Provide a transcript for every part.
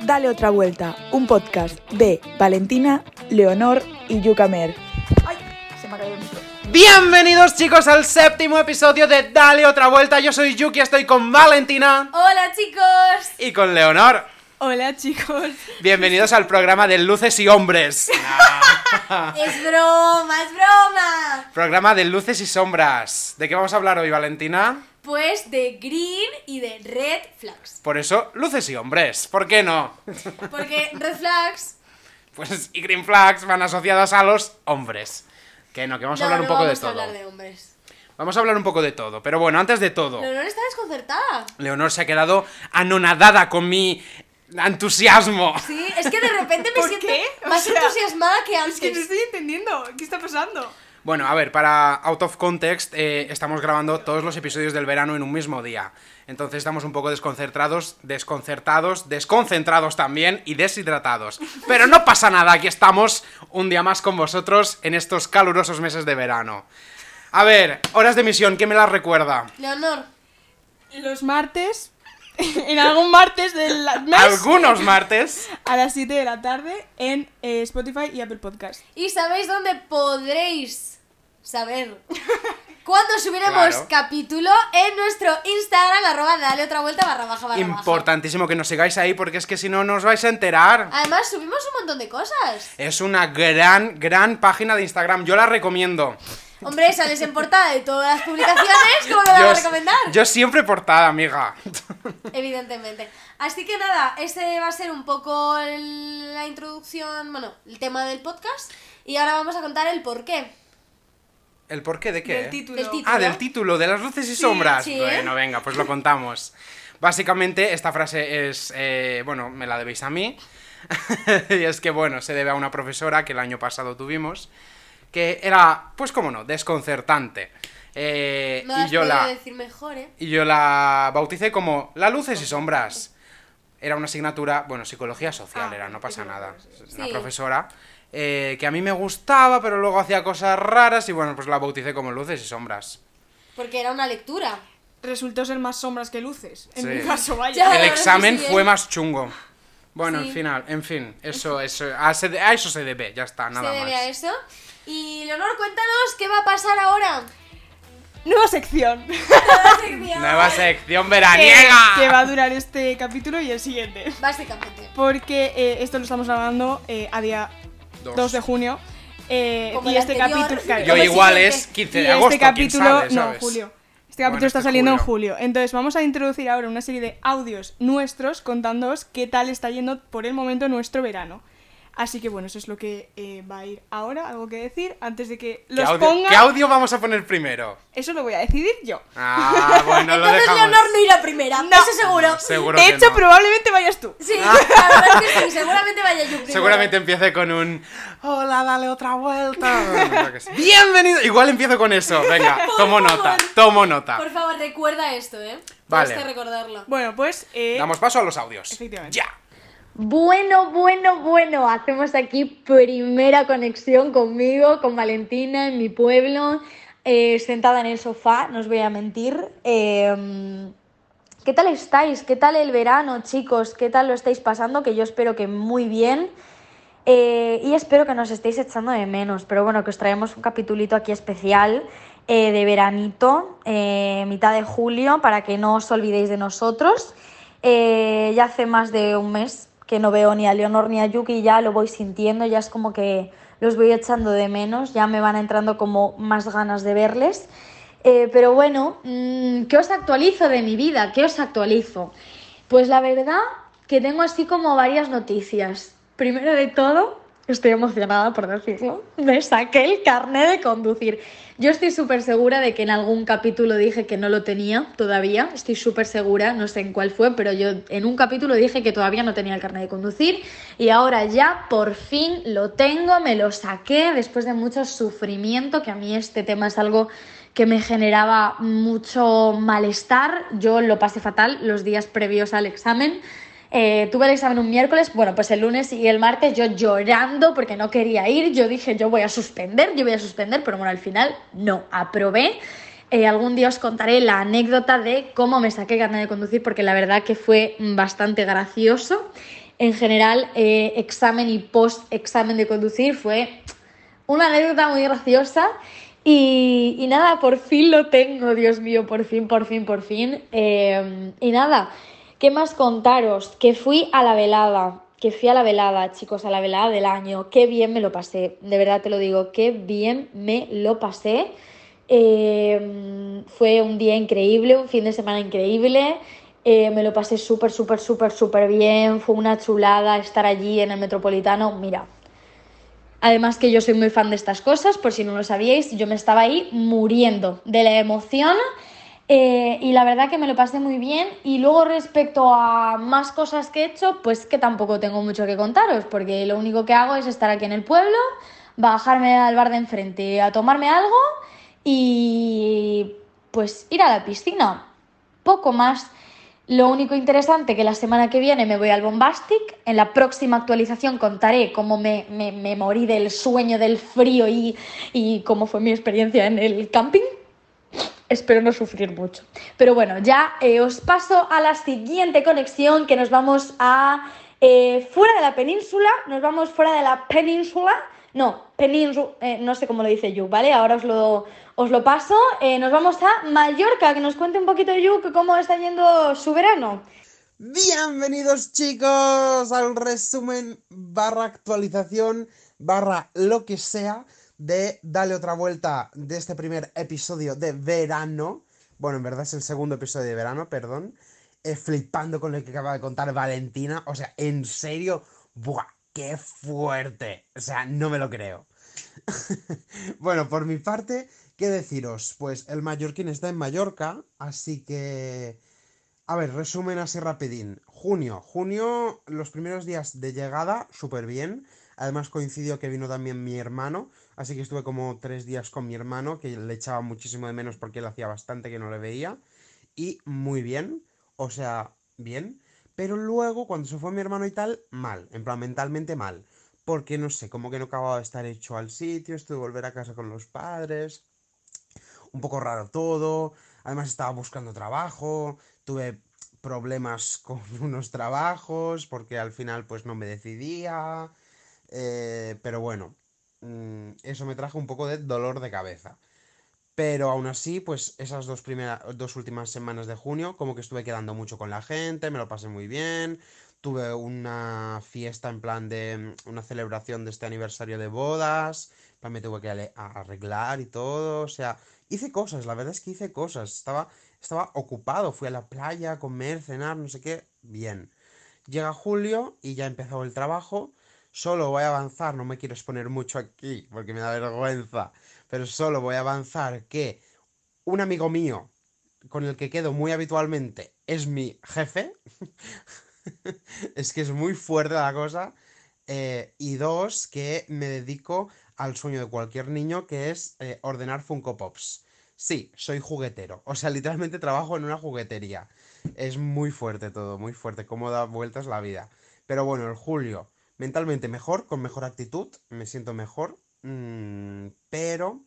Dale otra vuelta, un podcast de Valentina, Leonor y Yucamer. ¡Ay! Se me ha caído el micro. Bienvenidos chicos al séptimo episodio de Dale otra vuelta. Yo soy Yuki, estoy con Valentina Hola chicos. y con Leonor. Hola chicos. Bienvenidos al programa de Luces y Hombres. Es broma, es broma. programa de Luces y Sombras. ¿De qué vamos a hablar hoy, Valentina? Pues de green y de red flags. Por eso, Luces y Hombres. ¿Por qué no? Porque red flags... Pues y Green Flags van asociadas a los hombres. Que no, que vamos a No, hablar un no poco vamos de a todo. hablar de hombres. Vamos a hablar un poco de todo. Pero bueno, antes de todo, Leonor está desconcertada. Leonor se ha quedado anonadada con mi entusiasmo. Sí, es que de repente me ¿Por siento qué? O más sea, entusiasmada que antes. Es que no estoy entendiendo. ¿Qué está pasando? Bueno, a ver, para Out of Context eh, estamos grabando todos los episodios del verano en un mismo día. Entonces estamos un poco desconcertados, desconcertados, desconcentrados también y deshidratados. Pero no pasa nada, aquí estamos un día más con vosotros en estos calurosos meses de verano. A ver, horas de misión, ¿quién me las recuerda? Leonor, Los martes, en algún martes del mes, Algunos martes. a las 7 de la tarde en eh, Spotify y Apple Podcast. ¿y sabéis dónde podréis saber cuándo subiremos Claro. capítulo? En nuestro Instagram, arroba dale otra vuelta barra baja barra baja. Importantísimo que nos sigáis ahí porque es que si no, no os vais a enterar. Además, subimos un montón de cosas. Es una gran, gran página de Instagram, yo la recomiendo. Hombre, sales en portada de todas las publicaciones, ¿cómo lo voy a Yo- recomendar? Yo siempre portada, amiga. Evidentemente. Así que nada, este va a ser un poco el- la introducción, bueno, el tema del podcast. Y ahora vamos a contar el porqué. ¿El porqué de qué? Del título. Del título. Ah, del título, de las luces y sombras. sí. Bueno, venga, pues lo contamos. Básicamente, esta frase es. eh, bueno, me la debéis a mí. y es que, bueno, se debe a una profesora que el año pasado tuvimos. Que era, pues, cómo no, desconcertante. Eh, No lo y has yo podido la. decir mejor, ¿eh? Y yo la bauticé como Las luces y sombras. Era una asignatura, bueno, psicología social Ah, era, no pasa nada. Una Sí. profesora eh, que a mí me gustaba, pero luego hacía cosas raras y bueno, pues la bauticé como luces y sombras. Porque era una lectura. Resultó ser más sombras que luces. En Sí. mi caso, Ya. vaya. El Claro, examen sí, ¿eh? fue más chungo. Bueno, Sí. en final, en fin, eso, eso, a, se- a eso se debe, ya está, nada Se debe a más. eso. Y Leonor, cuéntanos qué va a pasar ahora. Nueva sección. Nueva sección Que va veraniega. a durar este capítulo y el siguiente. Básicamente. Porque eh, esto lo estamos grabando eh, a día Dos. 2 de junio. eh, Como y el este anterior. capítulo. claro, Yo Como igual siguiente. es 15 y de agosto, este capítulo, quién sabe, no, ¿sabes? julio. Este Bueno, capítulo está este saliendo en julio. julio. Entonces vamos a introducir ahora una serie de audios nuestros contándoos qué tal está yendo por el momento nuestro verano. Así que bueno, eso es lo que eh, va a ir ahora, algo que decir, antes de que ¿Qué los audio- ponga. ¿Qué audio vamos a poner primero? Eso lo voy a decidir yo. Ah, bueno, lo Entonces dejamos. Leonor no irá primera, No. eso seguro. Seguro de que hecho, no. probablemente vayas tú. Sí, la verdad es que sí, seguramente vaya yo primero. Seguramente empiece con un Hola, dale otra vuelta. Bueno, creo que sí. Bienvenido. Igual empiezo con eso. Venga, tomo favor. nota. Tomo nota. Por favor, recuerda esto, ¿eh? Ah. Vale. Tienes que recordarlo. Bueno, pues. eh, Damos paso a los audios. Efectivamente. Ya. Bueno, bueno, bueno, hacemos aquí primera conexión conmigo, con Valentina, en mi pueblo, eh, sentada en el sofá, no os voy a mentir. Eh, ¿Qué tal estáis? ¿Qué tal el verano, chicos? ¿Qué tal lo estáis pasando? Que yo espero que muy bien. Eh, y espero que nos estéis echando de menos, pero bueno, que os traemos un capitulito aquí especial eh, de veranito, eh, mitad de julio, para que no os olvidéis de nosotros. Eh, ya hace más de un mes que no veo ni a Leonor ni a Yuki, ya lo voy sintiendo, ya es como que los voy echando de menos, ya me van entrando como más ganas de verles. Eh, pero bueno, mm, ¿qué os actualizo de mi vida? ¿Qué os actualizo? Pues la verdad que tengo así como varias noticias. Primero de todo, estoy emocionada por decirlo, me saqué el carnet de conducir. Yo estoy súper segura de que en algún capítulo dije que no lo tenía todavía, estoy súper segura, no sé en cuál fue, pero yo en un capítulo dije que todavía no tenía el carnet de conducir y ahora ya por fin lo tengo, me lo saqué después de mucho sufrimiento, que a mí este tema es algo que me generaba mucho malestar. Yo lo pasé fatal los días previos al examen. Eh, tuve el examen un miércoles, bueno, pues el lunes y el martes yo llorando porque no quería ir. Yo dije, yo voy a suspender, yo voy a suspender, pero bueno, al final no, aprobé. eh, algún día os contaré la anécdota de cómo me saqué carne de conducir, porque la verdad que fue bastante gracioso. En general, eh, examen y post-examen de conducir fue una anécdota muy graciosa. Y, y nada, por fin lo tengo, Dios mío, por fin, por fin, por fin. Eh, y nada, ¿qué más contaros? Que fui a la velada, que fui a la velada, chicos, a la velada del año. Qué bien me lo pasé, de verdad te lo digo, qué bien me lo pasé. Eh, fue un día increíble, un fin de semana increíble. Eh, me lo pasé súper, súper, súper, súper bien. Fue una chulada estar allí en el Metropolitano. Mira, Además que yo soy muy fan de estas cosas, por si no lo sabíais, yo me estaba ahí muriendo de la emoción eh, y la verdad que me lo pasé muy bien. Y luego respecto a más cosas que he hecho, pues que tampoco tengo mucho que contaros, porque lo único que hago es estar aquí en el pueblo, bajarme al bar de enfrente a tomarme algo y pues ir a la piscina. Poco más. Lo único interesante que la semana que viene me voy al Bombastic. En la próxima actualización contaré cómo me, me- me morí del sueño, del frío y, y cómo fue mi experiencia en el camping. Espero no sufrir mucho. Pero bueno, ya eh, os paso a la siguiente conexión que nos vamos a... eh, fuera de la península, nos vamos fuera de la península. No, península, eh, no sé cómo lo dice Yu, ¿vale? Ahora os lo, os lo paso. Eh, nos vamos a Mallorca, que nos cuente un poquito Yu que cómo está yendo su verano. Bienvenidos chicos al resumen barra actualización barra lo que sea de Dale otra vuelta de este primer episodio de verano. Bueno, en verdad es el segundo episodio de verano, perdón. Eh, flipando con lo que acaba de contar Valentina. O sea, en serio, ¡buah! ¡Qué fuerte! O sea, no me lo creo. bueno, por mi parte, ¿qué deciros? Pues el mallorquín está en Mallorca, así que... A ver, resumen así rapidín. Junio. Junio, los primeros días de llegada, súper bien. Además coincidió que vino también mi hermano, así que estuve como tres días con mi hermano, que le echaba muchísimo de menos porque él hacía bastante que no le veía. Y muy bien, o sea, bien. Pero luego, cuando se fue mi hermano y tal, mal, en plan mentalmente mal. Porque no sé, como que no acababa de estar hecho al sitio, esto de volver a casa con los padres, un poco raro todo. Además estaba buscando trabajo, tuve problemas con unos trabajos porque al final pues no me decidía. eh, pero bueno, mm, eso me trajo un poco de dolor de cabeza. Pero aún así, pues esas dos, primeras, dos últimas semanas de junio, como que estuve quedando mucho con la gente, me lo pasé muy bien. Tuve una fiesta en plan de mm, una celebración de este aniversario de bodas. en plan me tuve que ale- a- arreglar y todo. O sea, hice cosas, la verdad es que hice cosas. Estaba, estaba ocupado, fui a la playa a comer, cenar, no sé qué. Bien. Llega julio y ya ha empezado el trabajo. Solo voy a avanzar, no me quiero exponer mucho aquí porque me da vergüenza pero solo voy a avanzar que un amigo mío, con el que quedo muy habitualmente, es mi jefe. es que es muy fuerte la cosa. Eh, y dos, que me dedico al sueño de cualquier niño, que es eh, ordenar Funko Pops. Sí, soy juguetero. O sea, literalmente trabajo en una juguetería. Es muy fuerte todo, muy fuerte, cómo da vueltas la vida. Pero bueno, el julio, mentalmente mejor, con mejor actitud, me siento mejor, mm, pero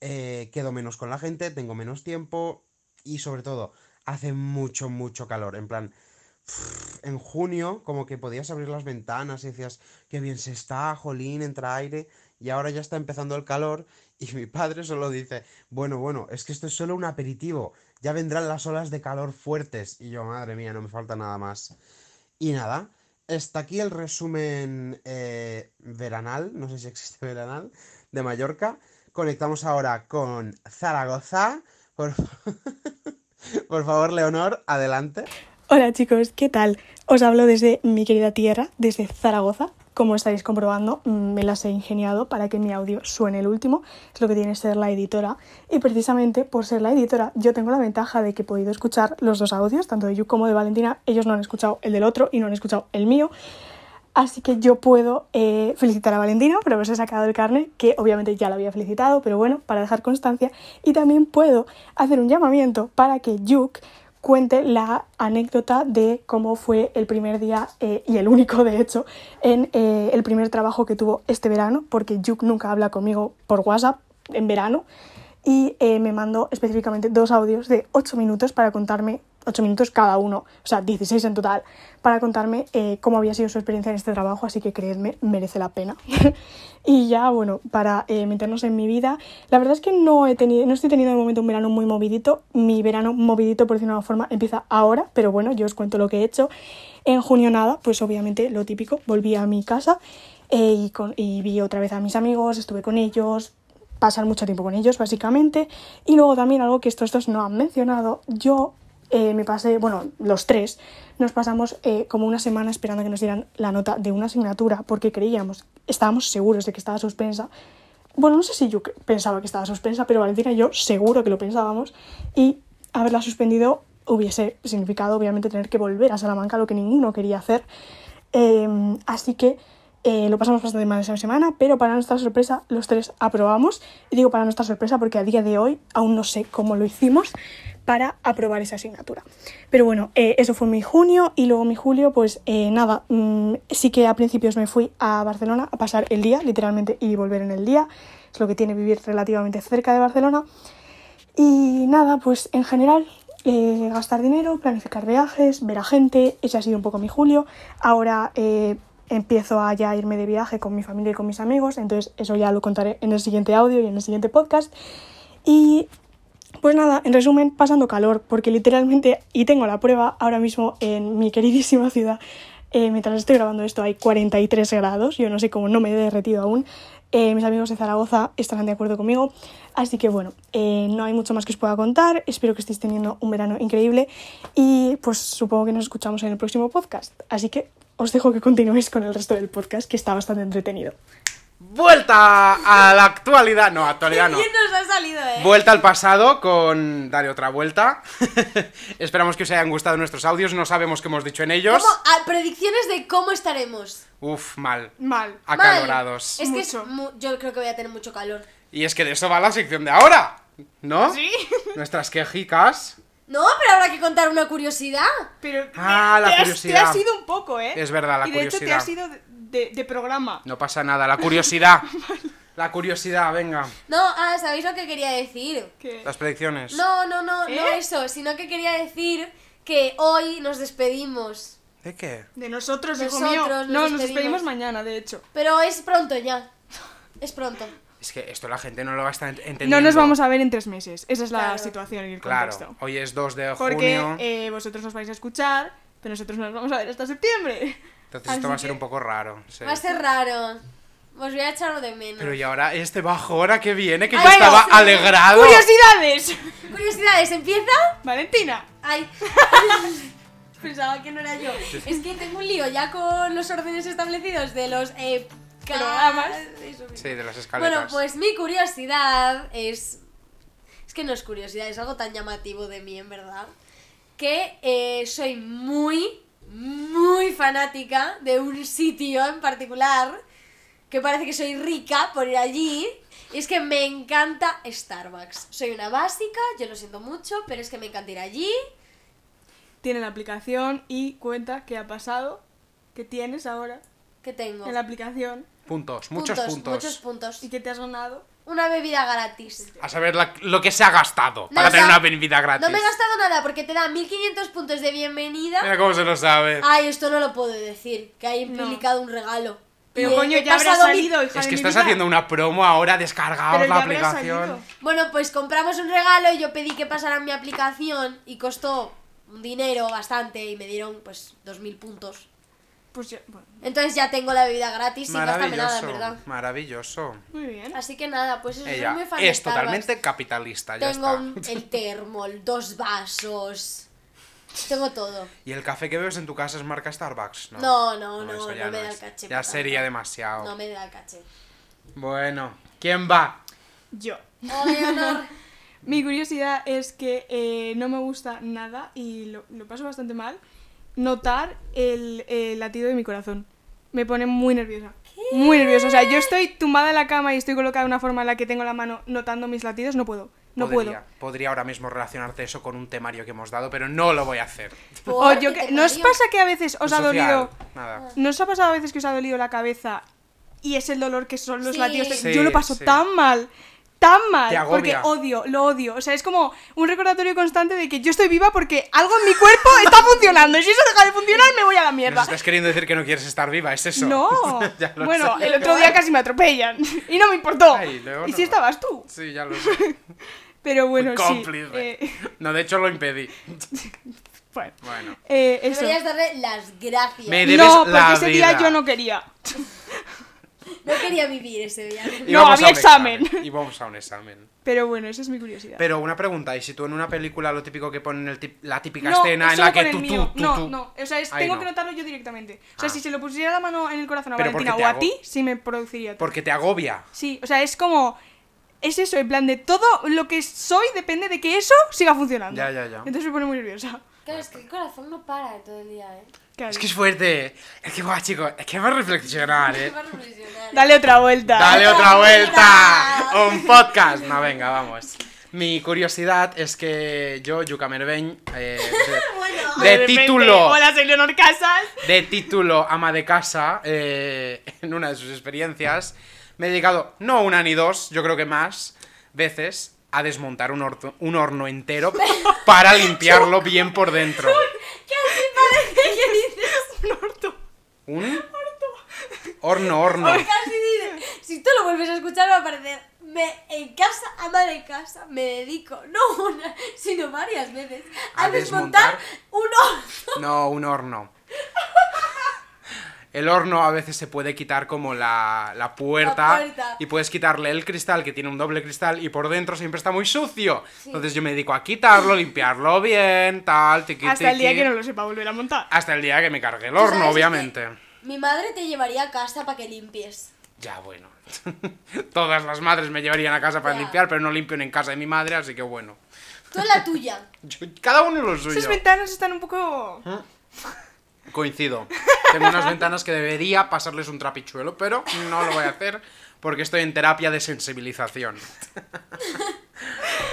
eh, quedo menos con la gente, tengo menos tiempo y sobre todo hace mucho, mucho calor. En plan, en junio como que podías abrir las ventanas y decías, qué bien se está, jolín, entra aire y ahora ya está empezando el calor y mi padre solo dice, bueno, bueno, es que esto es solo un aperitivo, ya vendrán las olas de calor fuertes y yo, madre mía, no me falta nada más. Y nada. Está aquí el resumen eh, veranal, no sé si existe veranal, de Mallorca. Conectamos ahora con Zaragoza. Por, fa- por favor, Leonor, adelante. Hola chicos, ¿qué tal? Os hablo desde mi querida tierra, desde Zaragoza. Como estáis comprobando, mm, me las he ingeniado para que mi audio suene el último. Es lo que tiene ser la editora. Y precisamente por ser la editora, yo tengo la ventaja de que he podido escuchar los dos audios, tanto de Yu como de Valentina. Ellos no han escuchado el del otro y no han escuchado el mío. Así que yo puedo eh, felicitar a Valentina por haberse sacado el carne, que obviamente ya la había felicitado, pero bueno, para dejar constancia. Y también puedo hacer un llamamiento para que Yuk cuente la anécdota de cómo fue el primer día, eh, y el único de hecho, en eh, el primer trabajo que tuvo este verano, porque Yuk nunca habla conmigo por WhatsApp en verano. y eh, me mandó específicamente dos audios de 8 minutos para contarme, 8 minutos cada uno, o sea, 16 en total, para contarme eh, cómo había sido su experiencia en este trabajo, así que creedme, merece la pena. y ya, bueno, para eh, meternos en mi vida, la verdad es que no, he tenido, no estoy teniendo de momento un verano muy movidito, mi verano movidito, por decirlo de una forma, empieza ahora, pero bueno, yo os cuento lo que he hecho. En junio nada, pues obviamente lo típico, volví a mi casa eh, y, con- y vi otra vez a mis amigos, estuve con ellos, pasar mucho tiempo con ellos básicamente. Y luego también algo que estos dos no han mencionado, yo eh, me pasé, bueno, los tres, nos pasamos eh, como una semana esperando que nos dieran la nota de una asignatura porque creíamos, estábamos seguros de que estaba suspensa. Bueno, no sé si yo cre- pensaba que estaba suspensa, pero Valentina y yo seguro que lo pensábamos. Y haberla suspendido hubiese significado, obviamente, tener que volver a Salamanca, lo que ninguno quería hacer. Eh, así que eh, lo pasamos bastante mal esa semana, pero para nuestra sorpresa los tres aprobamos. Y digo para nuestra sorpresa porque a día de hoy aún no sé cómo lo hicimos para aprobar esa asignatura. Pero bueno, eh, eso fue mi junio y luego mi julio, pues eh, nada, mm, sí que a principios me fui a Barcelona a pasar el día, literalmente ir y volver en el día. Es lo que tiene vivir relativamente cerca de Barcelona. Y nada, pues en general, eh, gastar dinero, planificar viajes, ver a gente, ese ha sido un poco mi julio. Ahora eh, empiezo a ya irme de viaje con mi familia y con mis amigos, entonces eso ya lo contaré en el siguiente audio y en el siguiente podcast. Y pues nada, en resumen, pasando calor, porque literalmente, y tengo la prueba ahora mismo en mi queridísima ciudad, eh, mientras estoy grabando esto hay 43 grados, yo no sé cómo no me he derretido aún. Eh, mis amigos de Zaragoza estarán de acuerdo conmigo. Así que bueno, eh, no hay mucho más que os pueda contar. Espero que estéis teniendo un verano increíble y pues supongo que nos escuchamos en el próximo podcast. Así que os dejo que continuéis con el resto del podcast que está bastante entretenido. Vuelta a la actualidad. No, actualidad no. Bien nos ha salido, eh. Vuelta al pasado con daré otra vuelta. Esperamos que os hayan gustado nuestros audios. No sabemos qué hemos dicho en ellos. ¿Cómo? Ah, predicciones de cómo estaremos. Uf, mal. Mal. Acalorados. Mal. Es que es Mucho. mu- yo creo que voy a tener mucho calor. Y es que de eso va la sección de ahora, ¿no? Sí. Nuestras quejicas. No, pero habrá que contar una curiosidad. Pero Ah, la te, has, te curiosidad. has ido un poco, ¿eh? Es verdad, la y de hecho te curiosidad. has ido de, de- de programa. No pasa nada, la curiosidad. La curiosidad, venga. No, ah, ¿sabéis lo que quería decir? Que- Las predicciones. No, no, no, no ¿Eh? eso, sino que quería decir que hoy nos despedimos. ¿De qué? De nosotros, hijo mío. Nosotros nos no, nos despedimos despedimos mañana, de hecho. Pero es pronto ya. Es pronto. Es que esto la gente no lo va a estar ent- entendiendo. No nos vamos a ver en tres meses. Esa es la Claro. situación y el contexto. Claro, hoy es 2 de Porque junio. eh, vosotros nos vais a escuchar, pero nosotros no nos vamos a ver hasta septiembre. Entonces esto va a así ser que- un poco raro. sí. Va a ser raro. Os voy a echar de menos. Pero y ahora este bajo hora que viene, que yo Bueno, estaba sí. alegrado. ¡Curiosidades! Curiosidades, empieza. Valentina, Ay. Pensaba que no era yo. Es que tengo un lío ya con los órdenes establecidos de los eh, ca- Programas. Eso mismo. Sí, de las escaleras. Bueno, pues mi curiosidad es. Es que no es curiosidad, es algo tan llamativo de mí, en verdad. Que eh, soy muy, muy fanática de un sitio en particular. Que parece que soy rica por ir allí. Y es que me encanta Starbucks. Soy una básica, yo lo siento mucho, pero es que me encanta ir allí. tiene la aplicación y cuenta qué ha pasado, qué tienes ahora ¿Qué tengo? en la aplicación Puntos, muchos puntos. Muchos puntos. y qué te has ganado. Una bebida gratis. A saber la- lo que se ha gastado No, para o tener sea, una bebida gratis. No me he gastado nada porque te da 1500 puntos de bienvenida. Mira cómo se lo sabe. Ay, esto no lo puedo decir, que hay implicado un regalo. Pero Y, eh, coño, he ya habrá pasado mi- salido, hija es que de mi estás vida. haciendo una promo ahora, descargaos Pero la ya habrá salido. aplicación. Bueno, pues compramos un regalo y yo pedí que pasaran mi aplicación y costó un dinero bastante y me dieron pues 2000 puntos. Pues ya, bueno, Entonces ya tengo la bebida gratis sin gastarme nada, en Maravilloso, verdad. maravilloso. muy Ah. bien. Así que nada, pues eso soy Ella muy fan de es Starbucks. totalmente capitalista, ya Tengo está. un- el termol, dos vasos. Tengo todo. ¿Y el café que bebes en tu casa es marca Starbucks? No, no, no, eso no ya me da es. el caché Ya para sería tanto. demasiado. No me da el caché. Bueno, ¿quién va? Yo. Oye, Honor. Mi curiosidad es que eh, no me gusta nada y lo, lo paso bastante mal notar el, eh, latido de mi corazón. Me pone muy nerviosa. Muy nerviosa. O sea, yo estoy tumbada en la cama y estoy colocada de una forma en la que tengo la mano notando mis latidos. No puedo. No podría, puedo. podría ahora mismo relacionarte eso con un temario que hemos dado, pero no lo voy a hacer. O Por yo que que- te ¿No os parió. pasa que a veces os ha Pues Social, dolido? Nada. Ah. ¿No os ha pasado a veces que os ha dolido la cabeza y es el dolor que son los Sí. latidos? de- Sí, yo lo paso sí. tan mal. tan mal. Te agobia. porque odio, lo odio. O sea, es como un recordatorio constante de que yo estoy viva porque algo en mi cuerpo está funcionando. Y si eso deja de funcionar, me voy a la mierda. Nos estás queriendo decir que no quieres estar viva, es eso. No. Ya lo bueno, eh, sé. el otro día casi me atropellan. Y no me importó. Ay, luego y no. si estabas tú. Sí, ya lo sé. Pero bueno, sí. Cómplice. eh, No, de hecho lo impedí. bueno, Bueno. eh, eso. Deberías darle las gracias. Me- debes No, porque la ese día vida. yo no quería. No quería vivir ese día. Y No, vamos había a un examen. Y vamos a un examen. Pero bueno, esa es mi curiosidad. Pero una pregunta, ¿y si tú en una película lo típico que ponen el tip- la típica no, escena en solo la que con el tú, tú, mío. tú, no, tú- no, o sea, es- Ahí tengo no. que notarlo yo directamente. O sea, Ah. si se lo pusiera la mano en el corazón a Pero Valentina porque o te a hago- ti, sí me produciría. todo. Porque te agobia. Sí, o sea, es como es eso, en plan de todo lo que soy depende de que eso siga funcionando. Ya, ya, ya. Entonces me pone muy nerviosa. Claro, es que el corazón no para todo el día, ¿eh? Claro. Es que es fuerte. Es que, guau, chicos, es que va a reflexionar, eh. Es que va a reflexionar. Dale otra vuelta. Dale otra otra vuelta. vuelta. Un podcast. No, venga, vamos. Mi curiosidad es que yo, Yuka Merveñ, eh, Bueno. de, de repente, título, Hola, soy Leonor Casas. de título ama de casa, eh, en una de sus experiencias, me he dedicado, no una ni dos, yo creo que más veces, a desmontar un, orto- un horno entero para limpiarlo bien por dentro. Casi parece que dices. ¿Un? Horno, horno. Casi dices. Si tú lo vuelves a escuchar, va a parecer. Me, en casa, ama de casa, me dedico, no una, sino varias veces, a, A desmontar desmontar. un horno. No, un horno. El horno a veces se puede quitar como la, la puerta, La puerta. y puedes quitarle el cristal que tiene un doble cristal y por dentro siempre está muy sucio. Entonces yo me dedico a quitarlo, limpiarlo bien, tal, tiqui, Hasta el día tiqui. que no lo sepa volver a montar. Hasta el día que me cargue el ¿Tú sabes? horno, Es que obviamente. Mi madre te llevaría a casa para que limpies. Ya, bueno. Todas las madres me llevarían a casa para Ya. limpiar, pero no limpio ni en casa de mi madre, así que bueno. Tú en la tuya. Yo- ¿Ah? cada uno lo suyo. Esas ventanas están un poco. Coincido. Tengo unas ventanas que debería pasarles un trapichuelo, pero no lo voy a hacer porque estoy en terapia de sensibilización.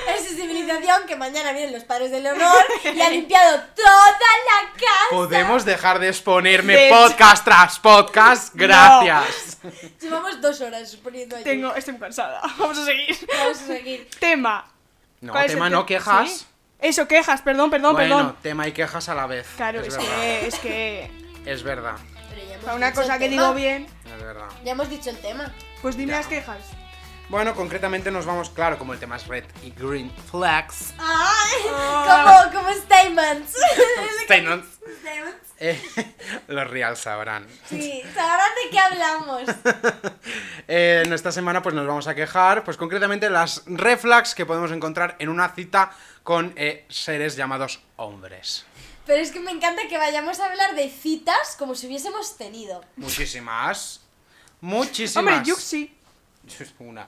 Es sensibilización que mañana vienen los padres de Leonor y ha limpiado toda la casa. ¿Podemos dejar de exponerme Ah, De hecho- podcast tras podcast? Gracias. Llevamos dos horas poniendo ahí. Tengo. Estoy muy cansada. Vamos a seguir. Vamos a seguir. Tema. No, ¿Cuál es tema el no te- quejas. Sí. Eso, quejas, perdón, perdón, bueno, perdón. tema y quejas a la vez. Claro, es, es, verdad. que. Es que. Es verdad. Pero ya hemos Para una dicho cosa el que tema. digo bien, Es verdad. Ya hemos dicho el tema. pues dime Ya. las quejas. Bueno, concretamente nos vamos, claro, como el tema es red y green flags. ¡Ay! Ah. Como, como statements. Statements. Statements. eh, los real sabrán. Sí, sabrán de qué hablamos. Eh, en esta semana pues nos vamos a quejar, pues concretamente las reflex que podemos encontrar en una cita con eh, seres llamados hombres. Pero es que me encanta que vayamos a hablar de citas como si hubiésemos tenido. Muchísimas. Muchísimas. Hombre, Yuk sí. Una.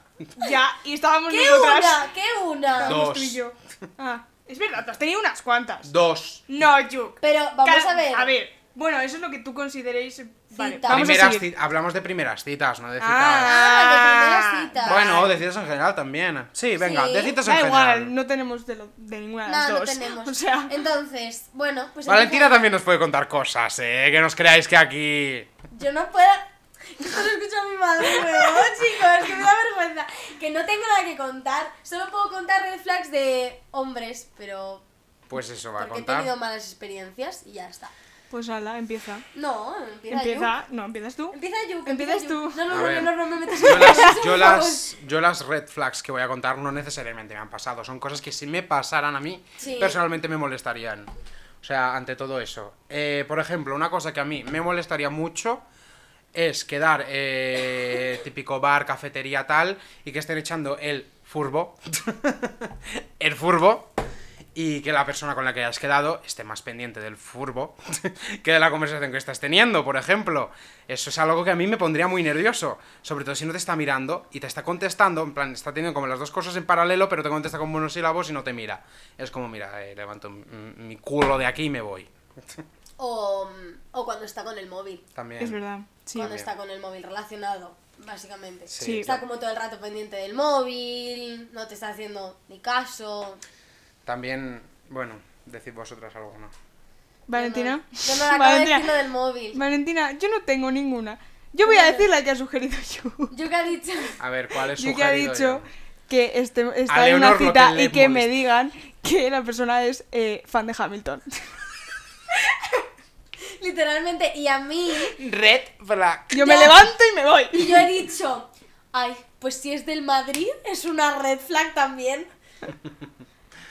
Ya, y estábamos ¿Qué nosotras. una? ¿Qué una? Dos. Estábamos tú y yo. Ah, es verdad, tú has tenido unas cuantas. Dos. No, Yuk. Pero vamos Cada- a ver. A ver, bueno, eso es lo que tú consideréis. eh, Vale, Cita. vamos Primeras a seguir. ci- Hablamos de primeras citas, no de citas. Ah, Ah, de primeras citas. Bueno, de citas en general también. Sí, venga, Sí. de citas en Da igual, general. no tenemos de, lo- de ninguna de las No, no dos. tenemos. O sea, Entonces, bueno, pues. Valentina empezamos. también nos puede contar cosas, eh, que no os creáis que aquí... Yo no puedo. Esto lo escucha mi madre, weón, chicos, que me da vergüenza. Que no tengo nada que contar. Solo puedo contar red flags de hombres, pero. Pues eso va a Porque he contar. tenido malas experiencias y ya está. pues ala, empieza. No, empieza, Empieza, no, empiezas tú. Yu. Empieza Yu. que Empiezas empieza Yu. tú. No, no, A no, ver. no, no, no me metas Yo en las, eso, yo, por las, yo las red flags que voy a contar no necesariamente me han pasado, son cosas que si me pasaran a mí, Sí. personalmente me molestarían. O sea, ante todo eso. Eh, por ejemplo, una cosa que a mí me molestaría mucho es quedar eh, típico bar, cafetería, tal, y que estén echando el furbo. el furbo. Y que la persona con la que hayas quedado esté más pendiente del furbo que de la conversación que estás teniendo, por ejemplo. Eso es algo que a mí me pondría muy nervioso. Sobre todo si no te está mirando y te está contestando. En plan, está teniendo como las dos cosas en paralelo, pero te contesta con monosílabos y no te mira. Es como, mira, eh, levanto mm, mi culo de aquí y me voy. O, o cuando está con el móvil. También. Es verdad, sí. cuando También. está con el móvil relacionado, básicamente. Sí. Está como todo el rato pendiente del móvil, no te está haciendo ni caso. También, bueno, decid vosotras alguna. Valentina. Yo no, acabo de Valentina. decir lo del móvil. Valentina, yo no tengo ninguna. Yo voy a decir la que ha sugerido yo. Yo que ha dicho. A ver, ¿cuál es Yo que ha sugerido dicho yo? que este, A está en una Leonor lo que cita le y que me molesta. digan que la persona es eh, fan de Hamilton. Literalmente, y a mí, Red Black. Yo me Ya. levanto y me voy. y yo he dicho, ay, pues si es del Madrid, es una red flag también.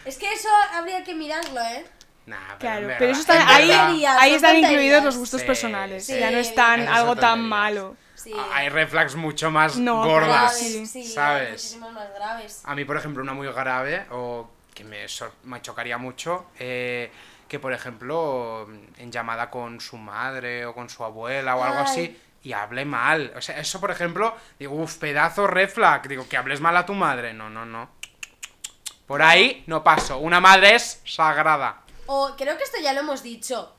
Es que eso habría que mirarlo, ¿eh? Nah, pero en Claro, verdad- pero eso está en ahí, verdad- Tonterías, ahí son están tonterías. incluidos los gustos Sí, personales. sí. ya no están Esas son algo tan tonterías. malo. Sí. Ah, Hay red flags mucho más No, gordas, sí. sí, hay ¿sabes? muchísimos más graves. A mí, por ejemplo, una muy grave o que me, sor- me chocaría mucho, eh, que por ejemplo, en llamada con su madre o con su abuela o algo Ay. así, y hable mal. O sea, eso, por ejemplo, digo, uff, pedazo red flag. Digo, que hables mal a tu madre. No, no, no. Por ahí no paso. Una madre es sagrada. O creo que esto ya lo hemos dicho.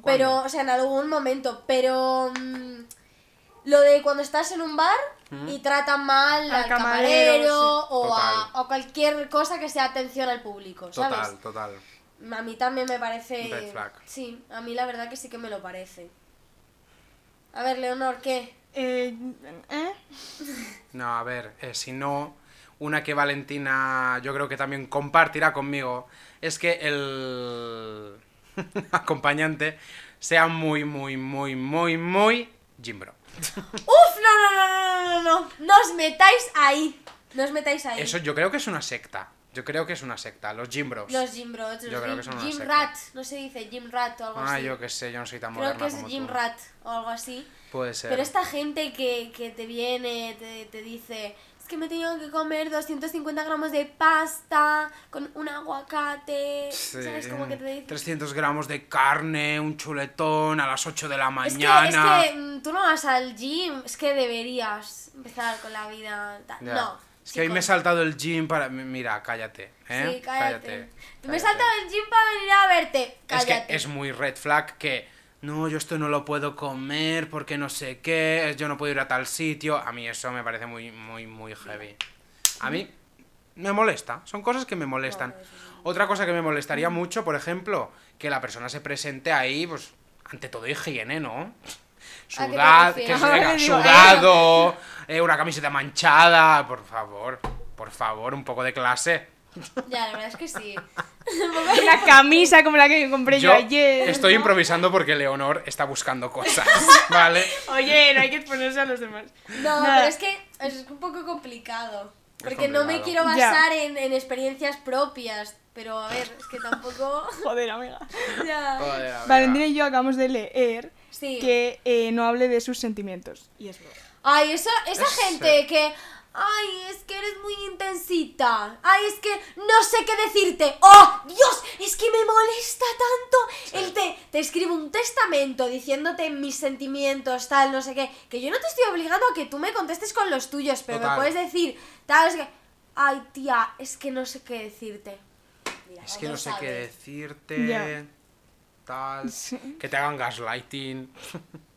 ¿Cuándo? Pero, o sea, en algún momento. Pero. mm, lo de cuando estás en un bar y tratan mal Al al camarero, camarero, sí. o, a, Total. o cualquier cosa que sea atención al público, ¿sabes? Total, total. A mí también me parece. Red flag. Sí, a mí la verdad que sí que me lo parece. A ver, Leonor, ¿qué? Eh, ¿eh? No, a ver, eh, si no, una que Valentina yo creo que también compartirá conmigo es que el acompañante sea muy, muy, muy, muy, muy Jimbro. ¡Uf! No, no, no, no, no, no, no. No os metáis ahí. No os metáis ahí. Eso yo creo que es una secta. Yo creo que es una secta, los Jimbros. Los Jim Brots, Pues, Yo los creo Jim, que son una Jim secta. Rat. No se dice Jim Rat o algo Ah, así. yo qué sé, yo no soy tan Creo moderna que es como Jim tú. Rat o algo así. Puede ser. Pero esta gente que, que te viene, te, te dice, es que me he tenido que comer 250 gramos de pasta con un aguacate. Sí, ¿Sabes cómo que te dice? 300 gramos de carne, un chuletón a las 8 de la Es que, mañana. es que mm, tú no vas al gym, es que deberías empezar con la vida. tal. Ya. No. Es que hoy me he chicos. saltado el gym para... Mira, cállate. ¿eh? Sí, cállate. Me he cállate. saltado el gym para venir a verte. Cállate. Es que es muy red flag que no, yo esto no lo puedo comer porque no sé qué, yo no puedo ir a tal sitio. A mí eso me parece muy, muy, muy heavy. A mí me molesta, son cosas que me molestan. Otra cosa que me molestaría mucho, por ejemplo, que la persona se presente ahí, pues, ante todo higiene, ¿no? ¿A qué te Sudad, que refieres? se venga, Ahora digo, sudado, eh, una camiseta manchada, por favor, por favor, un poco de clase. Ya, la verdad es que sí. La camisa como la que yo compré yo, Yo ayer. estoy improvisando porque Leonor está buscando cosas, ¿vale? Oye, no hay que exponerse a los demás. No, Nada. pero es que es un poco complicado. Es Porque no me complicado. quiero Ya. basar en, en experiencias propias. Pero a ver, es que tampoco. Joder, amiga. Ah. ya. Valentina y yo acabamos de leer Sí. que eh, no hable de sus sentimientos. Y es verdad. Ay, eso, esa Ese. gente que. Ay, es que eres muy intensita. Ay, es que no sé qué decirte. ¡Oh, Dios! Es que me molesta tanto. El te, te escribe un testamento diciéndote mis sentimientos, tal, no sé qué. Que yo no te estoy obligando a que tú me contestes con los tuyos, pero Total. me puedes decir, tal, es que. Ay, tía, es que no sé qué decirte. Mira, Es que ya no sé qué sabes. decirte. Ya. Tal. Que te hagan gaslighting.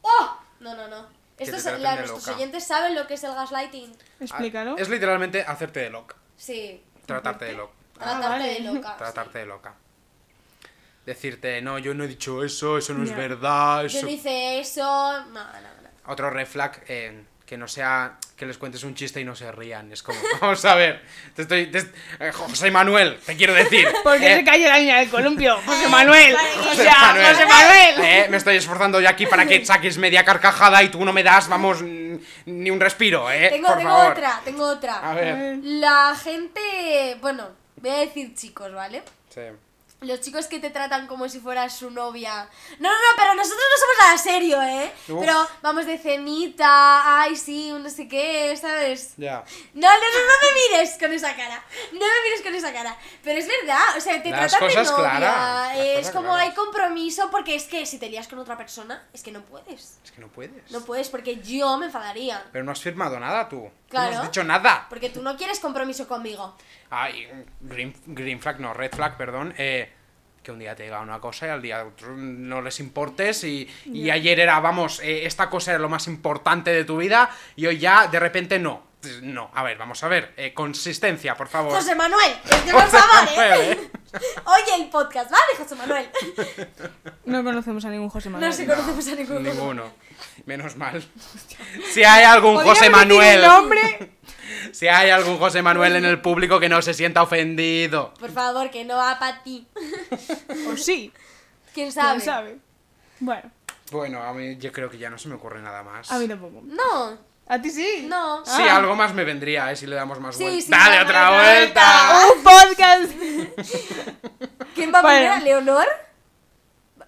¡Oh! No, no, no. Que te Estos, traten la- de nuestros loca. oyentes saben lo que es el gaslighting. Explícalo. Ah, Es literalmente hacerte de loca. Sí. Tratarte de loca. Tratarte vale. de loca. Tratarte de loca. Decirte, no, yo no he dicho eso, eso no es Ya. verdad, Yo eso. no hice eso. No, no, no. Otro red flag, eh, que no sea que les cuentes un chiste y no se rían. Es como, vamos a ver, te estoy. te est- eh, José Manuel, te quiero decir. Porque eh, se cae la niña del columpio. José Manuel. O sea, Manuel. José Manuel. Eh, me estoy esforzando yo aquí para que saques media carcajada y tú no me das, vamos, mm, ni un respiro, ¿eh? Tengo, Por tengo favor. otra, Mm. tengo A otra. ver. La gente, bueno, voy a decir chicos, ¿vale? Sí. Los chicos que te tratan como si fueras su novia. No, no, no, pero nosotros no somos nada serio, ¿eh? Uf. Pero vamos de cenita, ay, sí, un no sé qué, ¿sabes? Ya. No, no, no, no me mires con esa cara. No me mires con esa cara. Pero es verdad, o sea, te Las tratan de cosas novia. claras, las es cosas como claras. hay compromiso porque es que si te lías con otra persona, es que no puedes. Es que no puedes. No puedes porque yo me enfadaría. Pero no has firmado nada tú. Tú No Claro. has dicho nada. Porque tú no quieres compromiso conmigo. Ay, green, green flag, no, red flag, perdón. eh, que un día te diga una cosa y al día otro no les importes. Y, y ayer era, vamos, eh, esta cosa era lo más importante de tu vida y hoy ya de repente no. Pues, No, a ver, vamos a ver. eh, consistencia, por favor. José Manuel, es que por José favor, Manuel, ¿eh? Oye el podcast, ¿vale, José Manuel? No conocemos a ningún José Manuel. No se conocemos a ninguno. Ninguno. Menos mal. Si hay algún Podríamos José decir Manuel. El nombre Si hay algún José Manuel en el público que no se sienta ofendido. Por favor, que no va para ti. O sí, ¿Quién sabe? quién sabe. Bueno, Bueno, a mí yo creo que ya no se me ocurre nada más. a mí tampoco. No, ¿A ti sí? no. Sí, Ah. algo más me vendría, eh, si le damos más Sí, vueltas. sí, ¡Dale dale otra otra vuelta! vuelta. ¡Un podcast! ¿Quién va a Vale. poner a Leonor?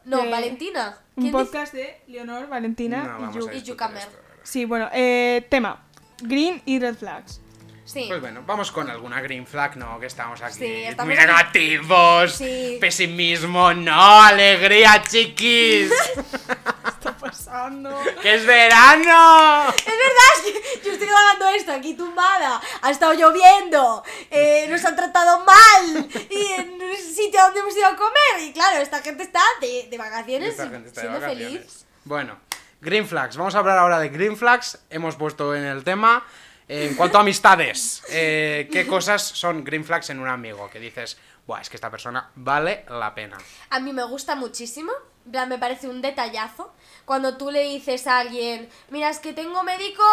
No, Eh, Valentina. Un ¿Quién dice? podcast de Leonor, Valentina No, vamos y yo. a Y discutir Yucamer. esto, la verdad. Sí, bueno, eh, tema. Green y red flags. Sí. Pues bueno, vamos con alguna green flag, no, que estamos aquí Sí, estamos muy negativos, Sí. pesimismo, no, alegría, chiquis, está pasando? que es verano. Es verdad, es que yo estoy grabando esto aquí tumbada. Ha estado lloviendo. eh, nos han tratado mal. Y en un sitio donde hemos ido a comer. Y claro, esta gente está de, de vacaciones Esta y gente está de siendo vacaciones. feliz. Bueno, green flags, vamos a hablar ahora de green flags, hemos puesto en el tema, eh, en cuanto a amistades, eh, qué cosas son green flags en un amigo, que dices, Buah, es que esta persona vale la pena. A mí me gusta muchísimo, en plan, me parece un detallazo. Cuando tú le dices a alguien, mira, es que tengo médico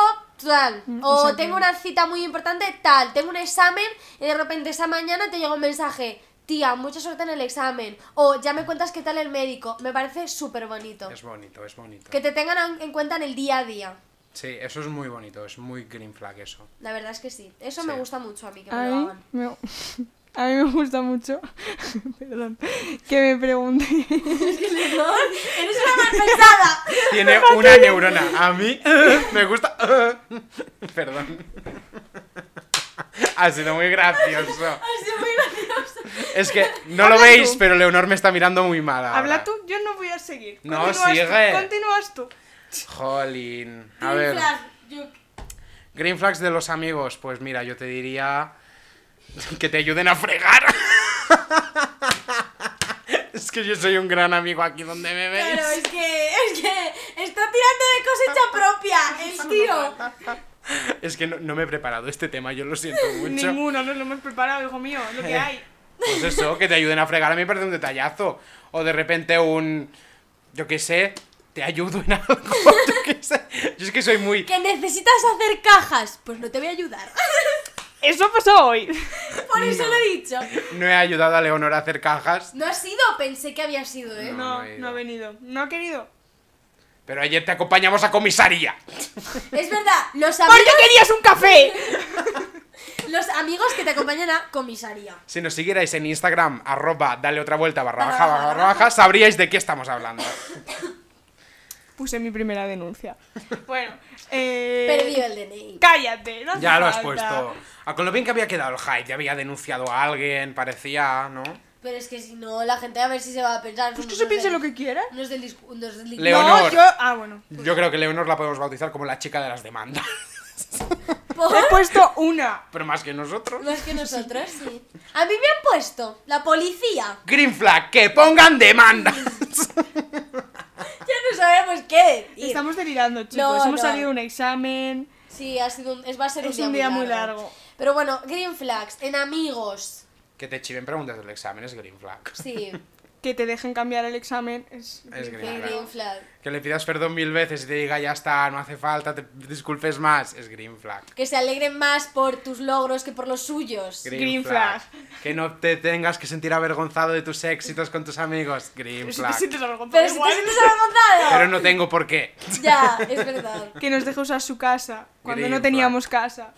tal, o tengo una cita muy importante tal, tengo un examen y de repente esa mañana te llega un mensaje, tía, mucha suerte en el examen, o ya me cuentas qué tal el médico, me parece súper bonito. Es bonito, es bonito. Que te tengan en- en cuenta en el día a día, Sí, eso es muy bonito, es muy green flag eso. la verdad es que sí, eso Sí. me gusta mucho a mí que me A lo mí, hagan. me, a mí me gusta mucho. Perdón. Que me pregunte. ¡Eres una malpensada! Tiene una neurona. A mí me gusta. Perdón. Ha sido muy gracioso. Ha sido muy gracioso. Es que no lo Habla veis, tú. pero Leonor me está mirando muy mal. ahora. Habla tú, yo no voy a seguir. No, Continúas tú, sigue. Continúas tú. Jolín. A En ver. plan, yo- Green flags de los amigos. Pues mira, yo te diría. Que te ayuden a fregar. Es que yo soy un gran amigo aquí donde me veis. Claro, es que, es que está tirando de cosecha propia el tío. Es que no, no me he preparado este tema, yo lo siento mucho. Ninguno, no lo hemos preparado, hijo mío. Lo que hay. Pues eso, que te ayuden a fregar, a mí me parece un detallazo. O de repente un. Yo qué sé, te ayudo en algo. Yo qué sé. Yo es que soy muy. Que necesitas hacer cajas, pues no te voy a ayudar. Eso pasó hoy. Por eso lo he dicho. No he ayudado a Leonor a hacer cajas. No ha sido, pensé que había sido, ¿eh? No, no he No, ido. no ha venido. No ha querido. Pero ayer te acompañamos a comisaría. Es verdad, los ¡Porque amigos, querías un café! los amigos que te acompañan a comisaría. Si nos siguierais en Instagram, arroba, dale otra vuelta, barra Barra baja, baja, barra barra baja, sabríais de qué estamos hablando. Puse mi primera denuncia. Bueno, eh. Perdido el DNI. Cállate, no hace Ya lo has falta. puesto. A con lo bien que había quedado el hype, ya había denunciado a alguien, parecía, ¿no? Pero es que si no, la gente a ver si se va a pensar. Pues que somos unos se piense deli- lo que quiera. unos delis- unos deli- Leonor. No, yo. Ah, bueno. Yo creo que Leonor la podemos bautizar como la chica de las demandas. ¿Por? He puesto una. Pero más que nosotros. Más que nosotros, sí. A mí me han puesto la policía. Green flag, que pongan demandas. Ya no sabemos qué decir. Estamos delirando, chicos. No, Hemos no. salido de un examen. Sí, ha sido un- es, va a ser Es un día muy largo. Pero bueno, green flags en amigos. Que te chiven preguntas del examen es green flag. Sí, Que te dejen cambiar el examen. Es... Es green en green flag. flag. Que le pidas perdón mil veces y te diga ya está, no hace falta, te disculpes más, es green flag. Que se alegren más por tus logros que por los suyos. Green flag. Que no te tengas que sentir avergonzado de tus éxitos con tus amigos, green Pero si te flag. sientes avergonzado, Pero si te igual. sientes avergonzado. Pero no tengo por qué. Ya, es verdad. Que nos deje usar su casa cuando Green no teníamos casa.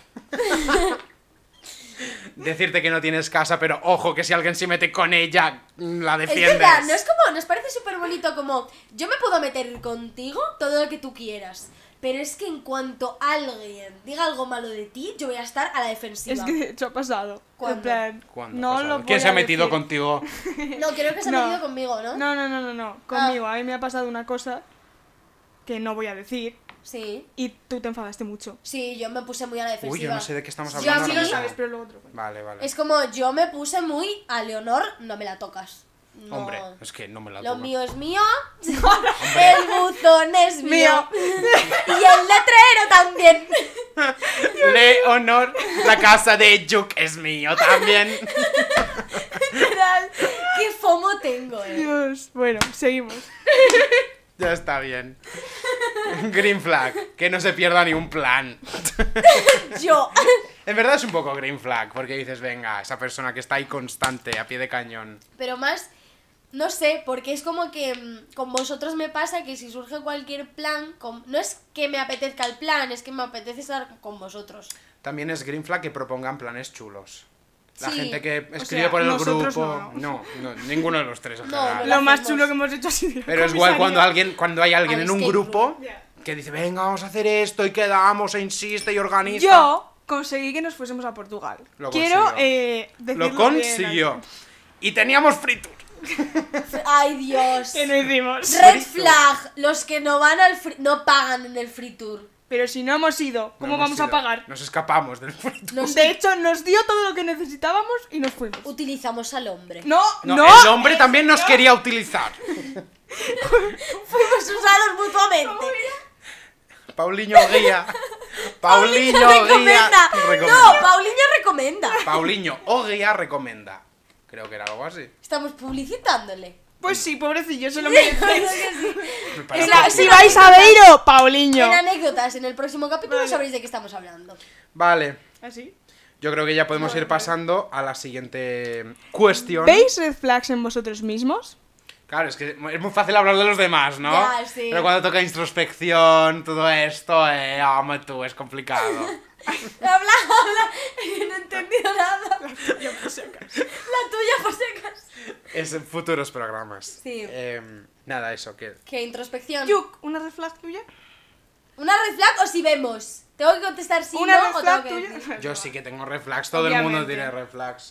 Decirte que no tienes casa, pero ojo que si alguien se mete con ella, mm, la Es defiendes. verdad, no es como, nos parece súper bonito como yo me puedo meter contigo todo lo que tú quieras. Pero es que en cuanto alguien diga algo malo de ti, yo voy a estar a la defensiva. Es que de hecho ha pasado. ¿Cuándo? En plan, ¿Cuándo ha no pasado? lo voy ¿Quién se a ha metido decir. contigo? No, creo que se ha No. metido conmigo, ¿no? No, no, no, no, no. Conmigo. Ah. A mí me ha pasado una cosa que no voy a decir Sí. y tú te enfadaste mucho. Sí, yo me puse muy a la defensiva. Uy, yo no sé de qué estamos Yo hablando. así ahora lo pues. mismo. sabes, pero luego te lo cuento. Vale, vale. Es como yo me puse muy a Leonor, no me la tocas. No. Hombre, es que no me la Lo tomo. mío es mío, el buzón es mío, y el letrero también. Leonor, la casa de Juk es mío también. Literal, qué fomo tengo, eh. Dios. Bueno, seguimos. Ya está bien. Green flag, que no se pierda ni un plan. Yo. En verdad es un poco green flag, porque dices, venga, esa persona que está ahí constante, a pie de cañón. Pero más, no sé, porque es como que mm, con vosotros me pasa que si surge cualquier plan, con- no es que me apetezca el plan, es que me apetece estar con vosotros. También es green flag que propongan planes chulos. La Sí, gente que o escribe sea, por el grupo. nosotros No. no, ninguno de los tres. en No, general. no. Lo más hacemos. chulo que hemos hecho ha sido. ir a Pero es igual comisaría. cuando alguien, cuando hay alguien Al en un escape grupo Ya. que dice, venga, vamos a hacer esto, y quedamos, e insiste y organiza. Yo conseguí que nos fuésemos a Portugal. Lo Quiero consiguió. eh, decirlo Lo bien. consiguió. Y teníamos fritur. Ay Dios. Que no hicimos. Red flag, los que no van al free, no pagan en el free tour. Pero si no hemos ido, ¿cómo vamos a pagar? Nos escapamos del fritur. Nos De hecho, nos dio todo lo que necesitábamos y nos fuimos. utilizamos al hombre. No, no. No, el hombre también nos quería utilizar. Fuimos usados Pues mutuamente. Paulinho Guía. Paulinho Paulinho Guía. recomienda. No, recomienda. Paulinho recomienda. Paulinho o Guía recomienda. Creo que era algo así. Estamos publicitándole. Pues sí, pobrecillo, se lo merece. Me Es parece la- muy si bien. vais a Beiro, Paulinho. En anécdotas, en el próximo capítulo sabréis de qué estamos hablando. Vale. ¿Así? Yo creo que ya podemos ir pasando a la siguiente cuestión. ¿Veis red flags en vosotros mismos? Claro, es que es muy fácil hablar de los demás, ¿no? Ya, sí. Pero cuando toca introspección, todo esto, eh, hombre, tú, es complicado. Habla, habla. No he entendido nada. La tuya por si acaso. La tuya por si acaso. es en futuros programas. Sí. Em, nada, eso, que ¿Qué introspección? Yuk, ¿una red flag tuya? ¿Una red flag o si vemos? ¿Tengo que contestar si ¿Una no red o flag tengo que tuya? decir? Yo sí que tengo red flags, todo el mundo Obviamente. tiene red flags.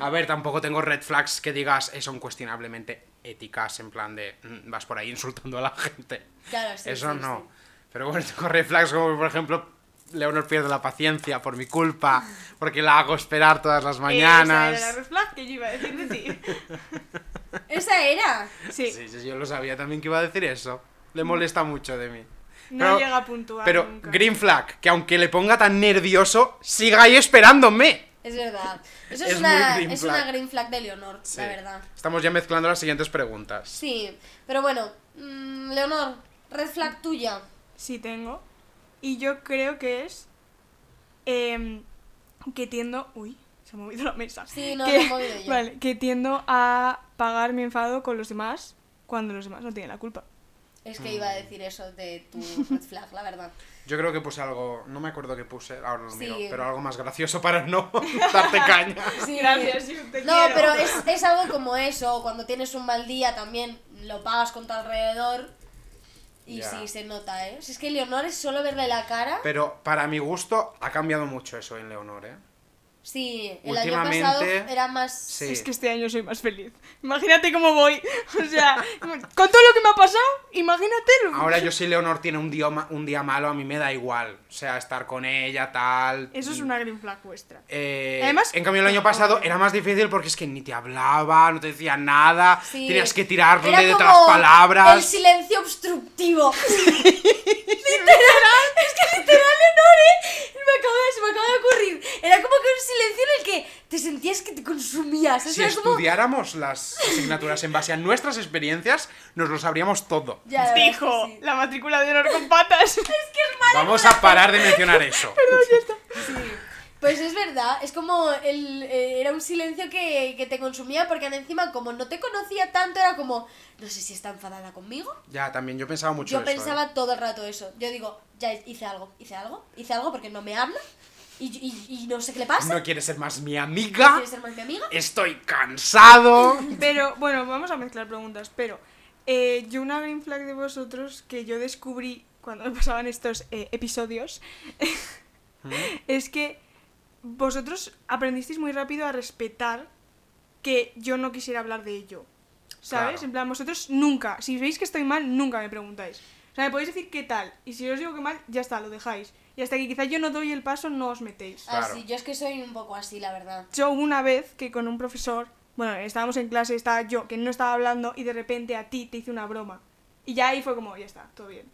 A ver, tampoco tengo red flags que digas eh, son cuestionablemente éticas, en plan de mm, vas por ahí insultando a la gente. Claro, sí, Eso sí, no. sí. Pero bueno, tengo red flags como por ejemplo, Leonor pierde la paciencia por mi culpa, porque la hago esperar todas las Esa era la mañanas. red flag que yo iba a decir de ti. Esa era. Sí, Mm. Sí, sí, yo lo sabía también que iba a decir eso. Le molesta mucho de mí. no Pero- llega a puntuar Pero nunca. Green Flag, que aunque le ponga tan nervioso, siga ahí esperándome. Es verdad. Eso es, Es una, muy green es una flag. green flag de Leonor, Sí. la verdad. Estamos ya mezclando las siguientes preguntas. Sí, pero bueno, mm, Leonor, red flag tuya. Sí tengo. Y yo creo que es... em, que tiendo... Uy, se ha movido la mesa. Sí, no, que, me he movido yo. Vale, que tiendo a pagar mi enfado con los demás cuando los demás no tienen la culpa. Es que iba a decir eso de tu red flag, la verdad. Yo creo que puse algo, no me acuerdo qué puse, ahora lo Sí. miro, pero algo más gracioso para no darte caña. Sí. Yuk, te No, pero es, es algo como eso, cuando tienes un mal día también lo pagas con tu alrededor y Ya. sí, se nota, ¿eh? Si es que Leonor es solo verle la cara. Pero para mi gusto ha cambiado mucho eso en Leonor, ¿eh? Sí, el año Últimamente- pasado era más... Sí. Es que este año soy más feliz. Imagínate cómo voy. O sea, con todo lo que me ha pasado, imagínate lo Ahora yo si Leonor tiene un día, ma- un día malo, a mí me da igual. O sea, estar con ella, tal. Eso es una green flag vuestra. Eh, Además- en cambio el año pasado era más difícil porque es que ni te hablaba, no te decía nada, Sí. tenías que tirarle Era de como otras El palabras. silencio obstructivo. literal, es que literal, Leonore, me acabo de, se me acaba de ocurrir. Era como que un silencio en el que te sentías que te consumías. O Si sea, es como. estudiáramos las asignaturas en base a nuestras experiencias, nos lo sabríamos todo. Ya, la verdad es que Dijo sí. la matrícula de honor con patas. Vamos a parar de mencionar eso. Pues es verdad, es como el, eh, era un silencio que, que te consumía porque encima como no te conocía tanto era como, no sé si está enfadada conmigo. Ya, también yo pensaba mucho Yo eso. ¿eh? pensaba todo el rato eso. Yo digo, ya hice algo, hice algo, hice algo porque no me habla y, y- y no sé qué le pasa. No quiere ser más mi amiga. ¿Quieres ser más mi amiga? Estoy cansado. Pero bueno, vamos a mezclar preguntas. Pero eh, yo una green flag de vosotros que yo descubrí cuando me pasaban estos eh, episodios es que vosotros aprendisteis muy rápido a respetar que yo no quisiera hablar de ello. ¿Sabes? Claro. En plan, vosotros nunca, si veis que estoy mal, nunca me preguntáis. O sea, me podéis decir qué tal. Y si yo os digo que mal, ya está, lo dejáis. Y hasta que quizás yo no doy el paso, no os metéis. Ah, Claro. sí, yo es que soy un poco así, la verdad. Yo hubo una vez que con un profesor, bueno, estábamos en clase, estaba yo, que no estaba hablando, y de repente a ti te hice una broma. Y ya ahí fue como, ya está, todo bien.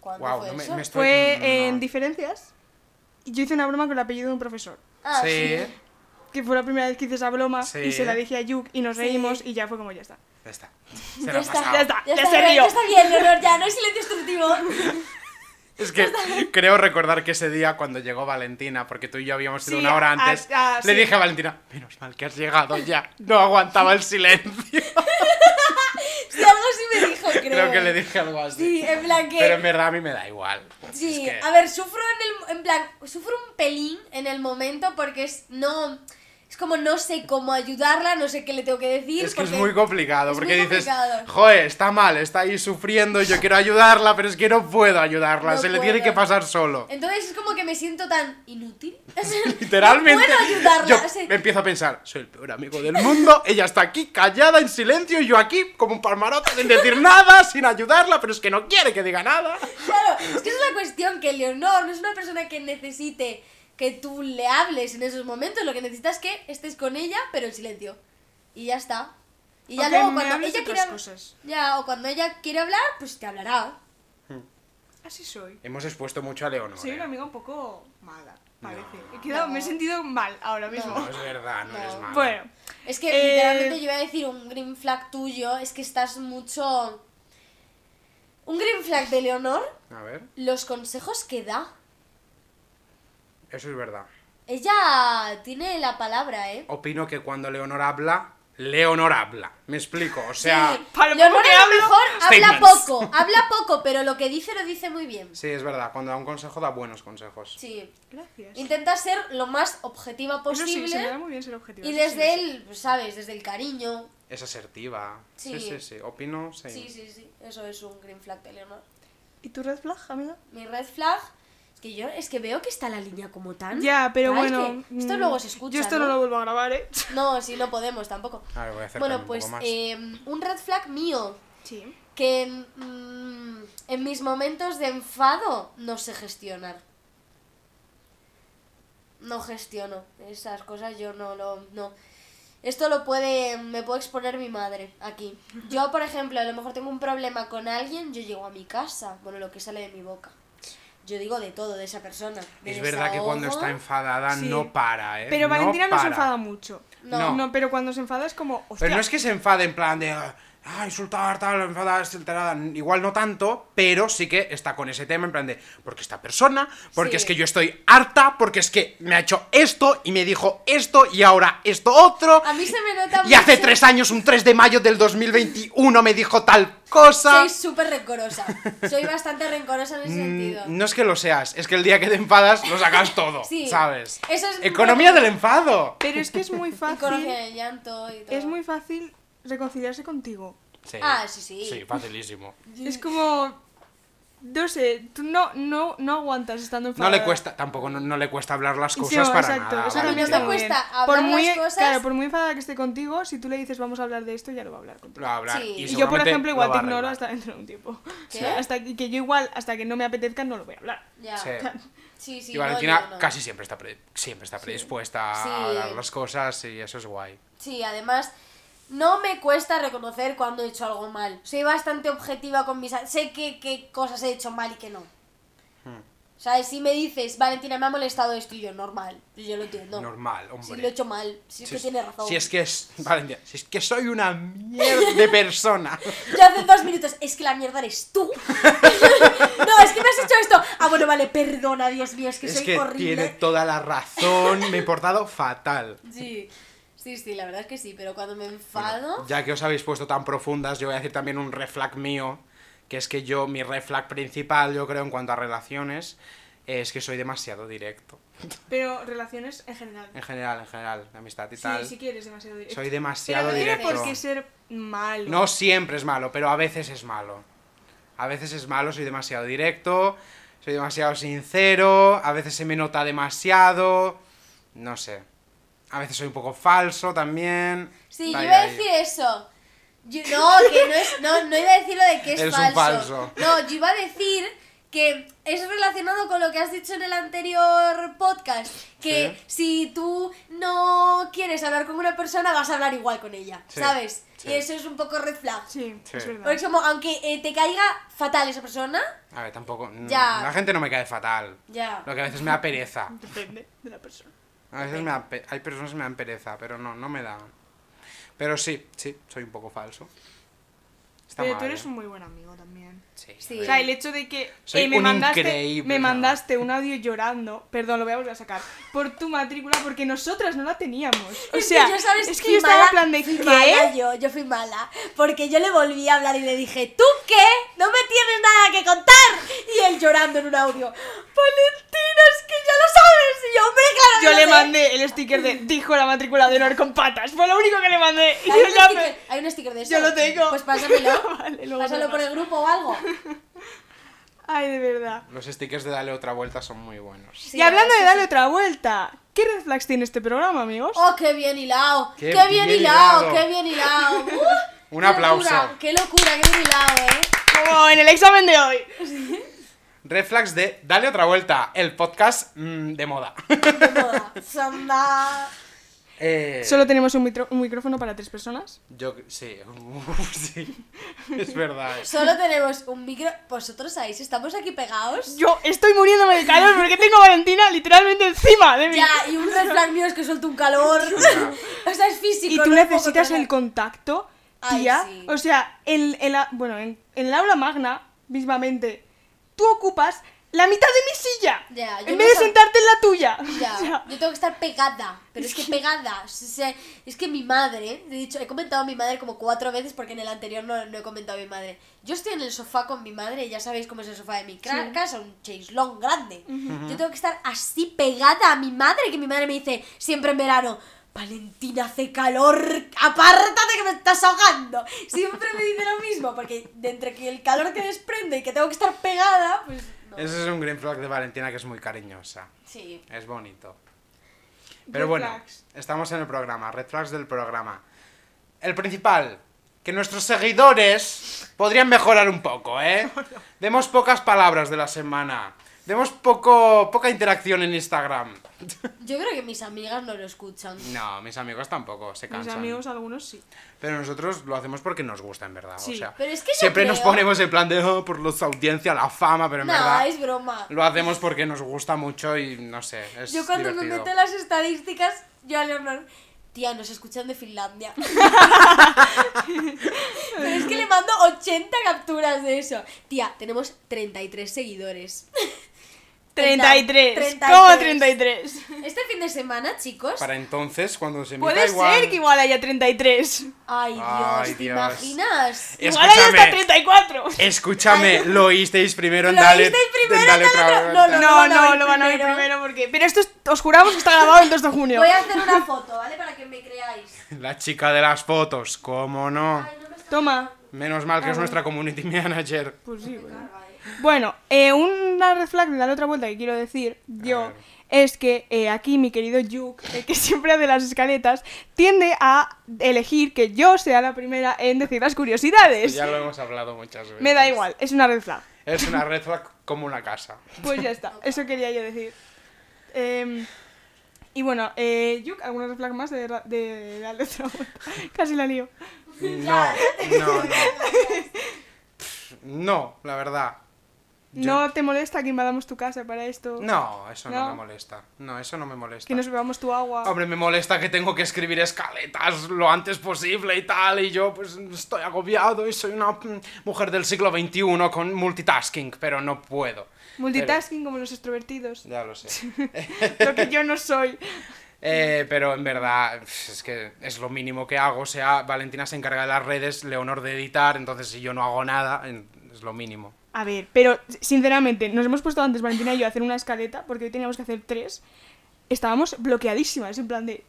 ¿Cuándo Guau, fue no me, eso? me estoy. Mm, Fue no. en diferencias, y yo hice una broma con el apellido de un profesor. Ah, Sí. sí. Que fue la primera vez que hice esa broma, Sí. y se la dije a Yuk, y nos reímos, y ya fue como, ya está. Ya está. Se Ya lo ha está, pasado. Ya está, ya, Ya está, se bien, rió. ya está bien, Leonor, ya no hay silencio destructivo. Es que creo recordar que ese día cuando llegó Valentina, porque tú y yo habíamos ido Sí, una hora antes, hasta- le ah, sí. dije a Valentina, menos mal que has llegado ya, no aguantaba el silencio. Si algo sí me dijo, creo. Creo que le dije algo así. Sí, en plan que. Pero en verdad a mí me da igual. Sí, Es que- a ver, sufro en el en plan, sufro un pelín en el momento porque es no es como no sé cómo ayudarla, no sé qué le tengo que decir Es que es porque- muy complicado, es porque muy dices, complicado. joe, está mal, está ahí sufriendo, yo quiero ayudarla, pero es que no puedo ayudarla, No se le tiene puedo. que pasar solo. Entonces es como que me siento tan inútil. O sea, Literalmente, No puedo ayudarla. yo o sea, me empiezo a pensar, soy el peor amigo del mundo, ella está aquí callada, en silencio, y yo aquí como un palmarote sin decir nada, sin ayudarla, pero es que no quiere que diga nada. Claro, es que esa es la cuestión, que Leonor no es una persona que necesite que tú le hables en esos momentos, lo que necesitas es que estés con ella, pero en silencio. Y ya está. Y ya O que luego me cuando hables de ella otras quiere hab- cosas. Ya, o cuando ella quiere hablar, pues te hablará. Así soy. Hemos expuesto mucho a Leonor. Soy ¿eh? una amiga un poco mala, parece. He quedado- Me he sentido mal ahora mismo. No, es verdad, no, eres mala. Bueno, Es que Eh, literalmente yo iba a decir un green flag tuyo, es que estás mucho... Un green flag de Leonor, A ver, los consejos que da. eso es verdad. Ella tiene la palabra, ¿eh? Opino que cuando Leonor habla, Leonor habla. Me explico, o sea... Sí, para lo Leonor poco que a lo hablo, mejor habla statements. poco, habla poco, pero lo que dice lo dice muy bien. Sí, es verdad, cuando da un consejo da buenos consejos. Sí. gracias. Intenta ser lo más objetiva Eso sí, posible se me da muy bien ser objetivo. y eso sí, desde eso sí. el, pues, ¿sabes? Desde el cariño. Es asertiva. Sí, Sí. sí, sí. Opino, sí. Sí, sí, sí. Eso es un green flag de Leonor. ¿Y tu red flag, amiga? Mi red flag es que yo es que veo que está la línea como tan. Ya, pero Ah, es bueno. que esto mm, luego se escucha. Yo esto no, ¿no? lo vuelvo a grabar, ¿eh? No, sí, no podemos tampoco. A ver, voy a acercarme Bueno, un pues poco más. eh, un red flag mío Sí. que mm, en mis momentos de enfado no sé gestionar. No gestiono esas cosas, yo no lo no. Esto lo puede me puede exponer mi madre aquí. Yo, por ejemplo, a lo mejor tengo un problema con alguien, yo llego a mi casa, bueno, lo que sale de mi boca. Yo digo de todo de esa persona. me Es verdad que cuando desahogo. está enfadada Sí. no para, ¿eh? Pero Valentina no, se para. enfada mucho. No. No. pero cuando se enfada es como. Hostia, Pero no es que se enfade en plan de. "Ah, Ah, insultar, tal, enfadada, alterada. Igual no tanto, pero sí que está con ese tema en plan de. Porque esta persona, porque Sí. es que yo estoy harta, porque es que me ha hecho esto y me dijo esto y ahora esto otro. A mí se me nota Y hace mucho- tres años, un 3 de mayo del 2021, me dijo tal cosa. Soy súper rencorosa. Soy bastante rencorosa en ese sentido. Mm, No es que lo seas, es que el día que te enfadas lo sacas todo, Sí, ¿sabes? eso es- Economía del enfado. Pero es que es muy Economía fácil. del llanto y todo. es muy fácil reconciliarse contigo. Ah, sí, sí. Sí, facilísimo. Es como. No sé, tú no, no, no aguantas estando No enfadada. le cuesta, tampoco no, no le cuesta hablar las Sí, cosas para exacto, nada. eso A mí ¿vale? también no me está muy cuesta bien. hablar por las muy, cosas- Claro, por muy enfadada que esté contigo, si tú le dices vamos a hablar de esto, ya lo va a hablar contigo. Lo va a hablar, Sí. y Y Y yo, por seguramente ejemplo, lo igual va te a ignoro arreglar. hasta dentro de un tiempo. ¿Qué? Hasta que que yo igual, hasta que no me apetezca, no lo voy a hablar. Ya. Sí. Sí, sí, y no, Valentina yo no. casi siempre está, pre- siempre está predispuesta Sí. a hablar las cosas y eso es guay. Sí, además, no me cuesta reconocer cuando he hecho algo mal. Soy bastante objetiva con mis... a- Sé qué qué cosas he hecho mal y qué no. Hmm. ¿Sabes? Si me dices, Valentina, me ha molestado esto y yo, normal. Y yo lo entiendo. Normal, Si hombre. lo he hecho mal, si es que tiene razón. Si es que es, Valentina, si es que soy una mierda de persona. Yo hace dos minutos, es que la mierda eres tú. no, es que me has hecho esto. Ah, bueno, vale, perdona, Dios mío, es que es soy que horrible. tiene toda la razón, me he portado fatal. Sí, sí, sí, la verdad es que sí, pero cuando me Bueno, enfado... ya que os habéis puesto tan profundas, yo voy a decir también un reflag mío, que es que yo, mi reflag principal, yo creo, en cuanto a relaciones, es que soy demasiado directo. Pero relaciones en general. En general, en general, de amistad y Sí, tal. si quieres demasiado directo. Soy Pero demasiado no tiene directo. por qué ser malo. No siempre es malo, pero a veces es malo. A veces es malo, soy demasiado directo, soy demasiado sincero, a veces se me nota demasiado, no sé. A veces soy un poco falso también. Ahí, Sí, yo iba a ahí. decir eso. Yo- no, que no es. No, no iba a decir lo de que es Eres falso. un falso. No, yo iba a decir que es relacionado con lo que has dicho en el anterior podcast. Que si tú no quieres hablar con una persona, vas a hablar igual con ella. Sí, ¿Sabes? sí. Y eso es un poco red flag. Sí, Sí. es verdad. Porque es como, aunque eh, te caiga fatal esa persona, A ver, tampoco. no, Ya. La gente no me cae fatal. ya. Lo que a veces me da pereza. Depende de la persona. A veces me da pe- hay personas que me dan pereza, pero no, no me da. Pero sí, sí, soy un poco falso. Está Pero mal, tú eres ¿eh? un muy buen amigo también. Sí. Sí. O sea, el hecho de que eh, Soy me, un mandaste, increíble, me no. mandaste un audio llorando, perdón, lo voy a volver a sacar, por tu matrícula porque nosotras no la teníamos. O Es sea, que yo, ¿sabes es qué que yo estaba en plan de fui ¿qué? mala yo, yo fui mala. Porque yo le volví a hablar y le dije, ¿tú qué? No me tienes nada que contar. Y él llorando en un audio, Valentina, es que ya lo sabes. Y yo, hombre, claro. que Yo lo le sé". mandé el sticker de dijo la matrícula de honor con patas. Fue lo único que le mandé. Y Hay yo un, ya sticker, me- hay un sticker de eso. Yo lo tengo. Pues pásamelo. Vale, luego Pásalo me por el grupo o algo. Ay, de verdad. Los stickers de Dale otra vuelta son muy buenos. Sí, y hablando eso de sí. darle otra vuelta, ¿qué red flags tiene este programa, amigos? ¡Oh, qué bien hilado! ¡Qué, Qué bien, bien hilado! hilado. ¡Qué bien hilado! ¡Uh! Un ¡Qué aplauso. locura! ¡Qué locura! ¡Qué bien hilado, eh! Como en el examen de hoy. Red flags de Dale otra vuelta, el podcast mm, de moda. ¡Qué moda! Samba. Eh, Solo tenemos un, mitro- un micrófono para tres personas. Yo sí, sí. Es verdad. eh. Solo tenemos un micro. Vosotros sabéis, estamos aquí pegados. Yo estoy muriéndome de calor porque tengo a Valentina literalmente encima de mí. Ya, y un red flag mío es que suelto un calor. o sea, es físico. y tú no lo puedo necesitas controlar. el contacto, Ay, tía. sí. O sea, en, en la, bueno, en, en el aula magna, mismamente, tú ocupas la mitad de mi silla. Ya, yo en no vez de sab- sentarte en la tuya. O Ya, sea, yo tengo que estar pegada, pero es que pegada, o sea, es que mi madre, he dicho, he comentado a mi madre como cuatro veces porque en el anterior no, no he comentado a mi madre. Yo estoy en el sofá con mi madre, ya sabéis cómo es el sofá de mi cra- casa, un chaislón grande. Yo tengo que estar así pegada a mi madre, que mi madre me dice siempre en verano, Valentina hace calor, apártate que me estás ahogando. Siempre me dice lo mismo, porque de entre que el calor que desprende y que tengo que estar pegada, pues no. Ese es un green flag de Valentina que es muy cariñosa. Sí. Es bonito. Pero Red bueno, flags. estamos en el programa, red flags del programa. El principal, que nuestros seguidores podrían mejorar un poco, ¿eh? Demos pocas palabras de la semana. Demos poco, poca interacción en Instagram. Yo creo que mis amigas no lo escuchan. No, mis amigos tampoco se mis cansan. amigos algunos sí. Pero nosotros lo hacemos porque nos gusta, en verdad. Sí, o sea, pero es que yo siempre nos creo- ponemos en plan de "Oh, por los audiencia, la fama, pero en No, verdad es broma. lo hacemos porque nos gusta mucho y no sé. Es Yo cuando me divertido. meto en las estadísticas, yo a Leonor, tía, nos escuchan de Finlandia. Pero es que le mando 80 capturas de eso. Tía, tenemos 33 seguidores. 33. 33. ¿Cómo 33? Este fin de semana, chicos. Para entonces, cuando se emita Puede igual- ser que igual haya 33. Ay, Dios, Ay, ¿te Dios. imaginas? Igual haya hasta Escúchame. 34. Escúchame, lo oísteis primero en Lo Dale. oísteis primero en Dale en Dale otra otra- vuelta. No, No, lo van a oír no, lo van a ver primero. primero porque. Pero esto es- os juramos que está grabado el 2 de junio. Voy a hacer una foto, ¿vale? Para que me creáis. La chica de las fotos, cómo no. Ay, no me está- Toma. Menos mal que es nuestra community manager. Pues sí, bueno. Bueno, eh, una red flag de la otra vuelta que quiero decir yo ver. es que eh, aquí mi querido Yuk, el que siempre hace las escaletas, tiende a elegir que yo sea la primera en decir las curiosidades. Ya lo hemos hablado muchas veces. Me da igual, es una red flag. Es una red flag como una casa. Pues ya está, eso quería yo decir. Em, y bueno, eh, Yuk, ¿alguna red flag más de, ra- de la otra vuelta? Casi la lío. No, no, no. Pff, No, la verdad. Yo- ¿No te molesta que invadamos tu casa para esto? No, eso no, No. me molesta. No, eso no me molesta. Que nos bebamos tu agua. Hombre, me molesta que tengo que escribir escaletas lo antes posible y tal, y yo pues estoy agobiado y soy una mm, mujer del siglo XXI con multitasking, pero no puedo. Multitasking como los extrovertidos. Pero- ya lo sé. lo que yo no soy. Eh, pero en verdad pf, es que es lo mínimo que hago, o sea, Valentina se encarga de las redes, Leonor de editar, entonces si yo no hago nada, en- es lo mínimo. A ver, pero sinceramente, nos hemos puesto antes, Valentina y yo, a hacer una escaleta, porque hoy teníamos que hacer tres. Estábamos bloqueadísimas, en plan de.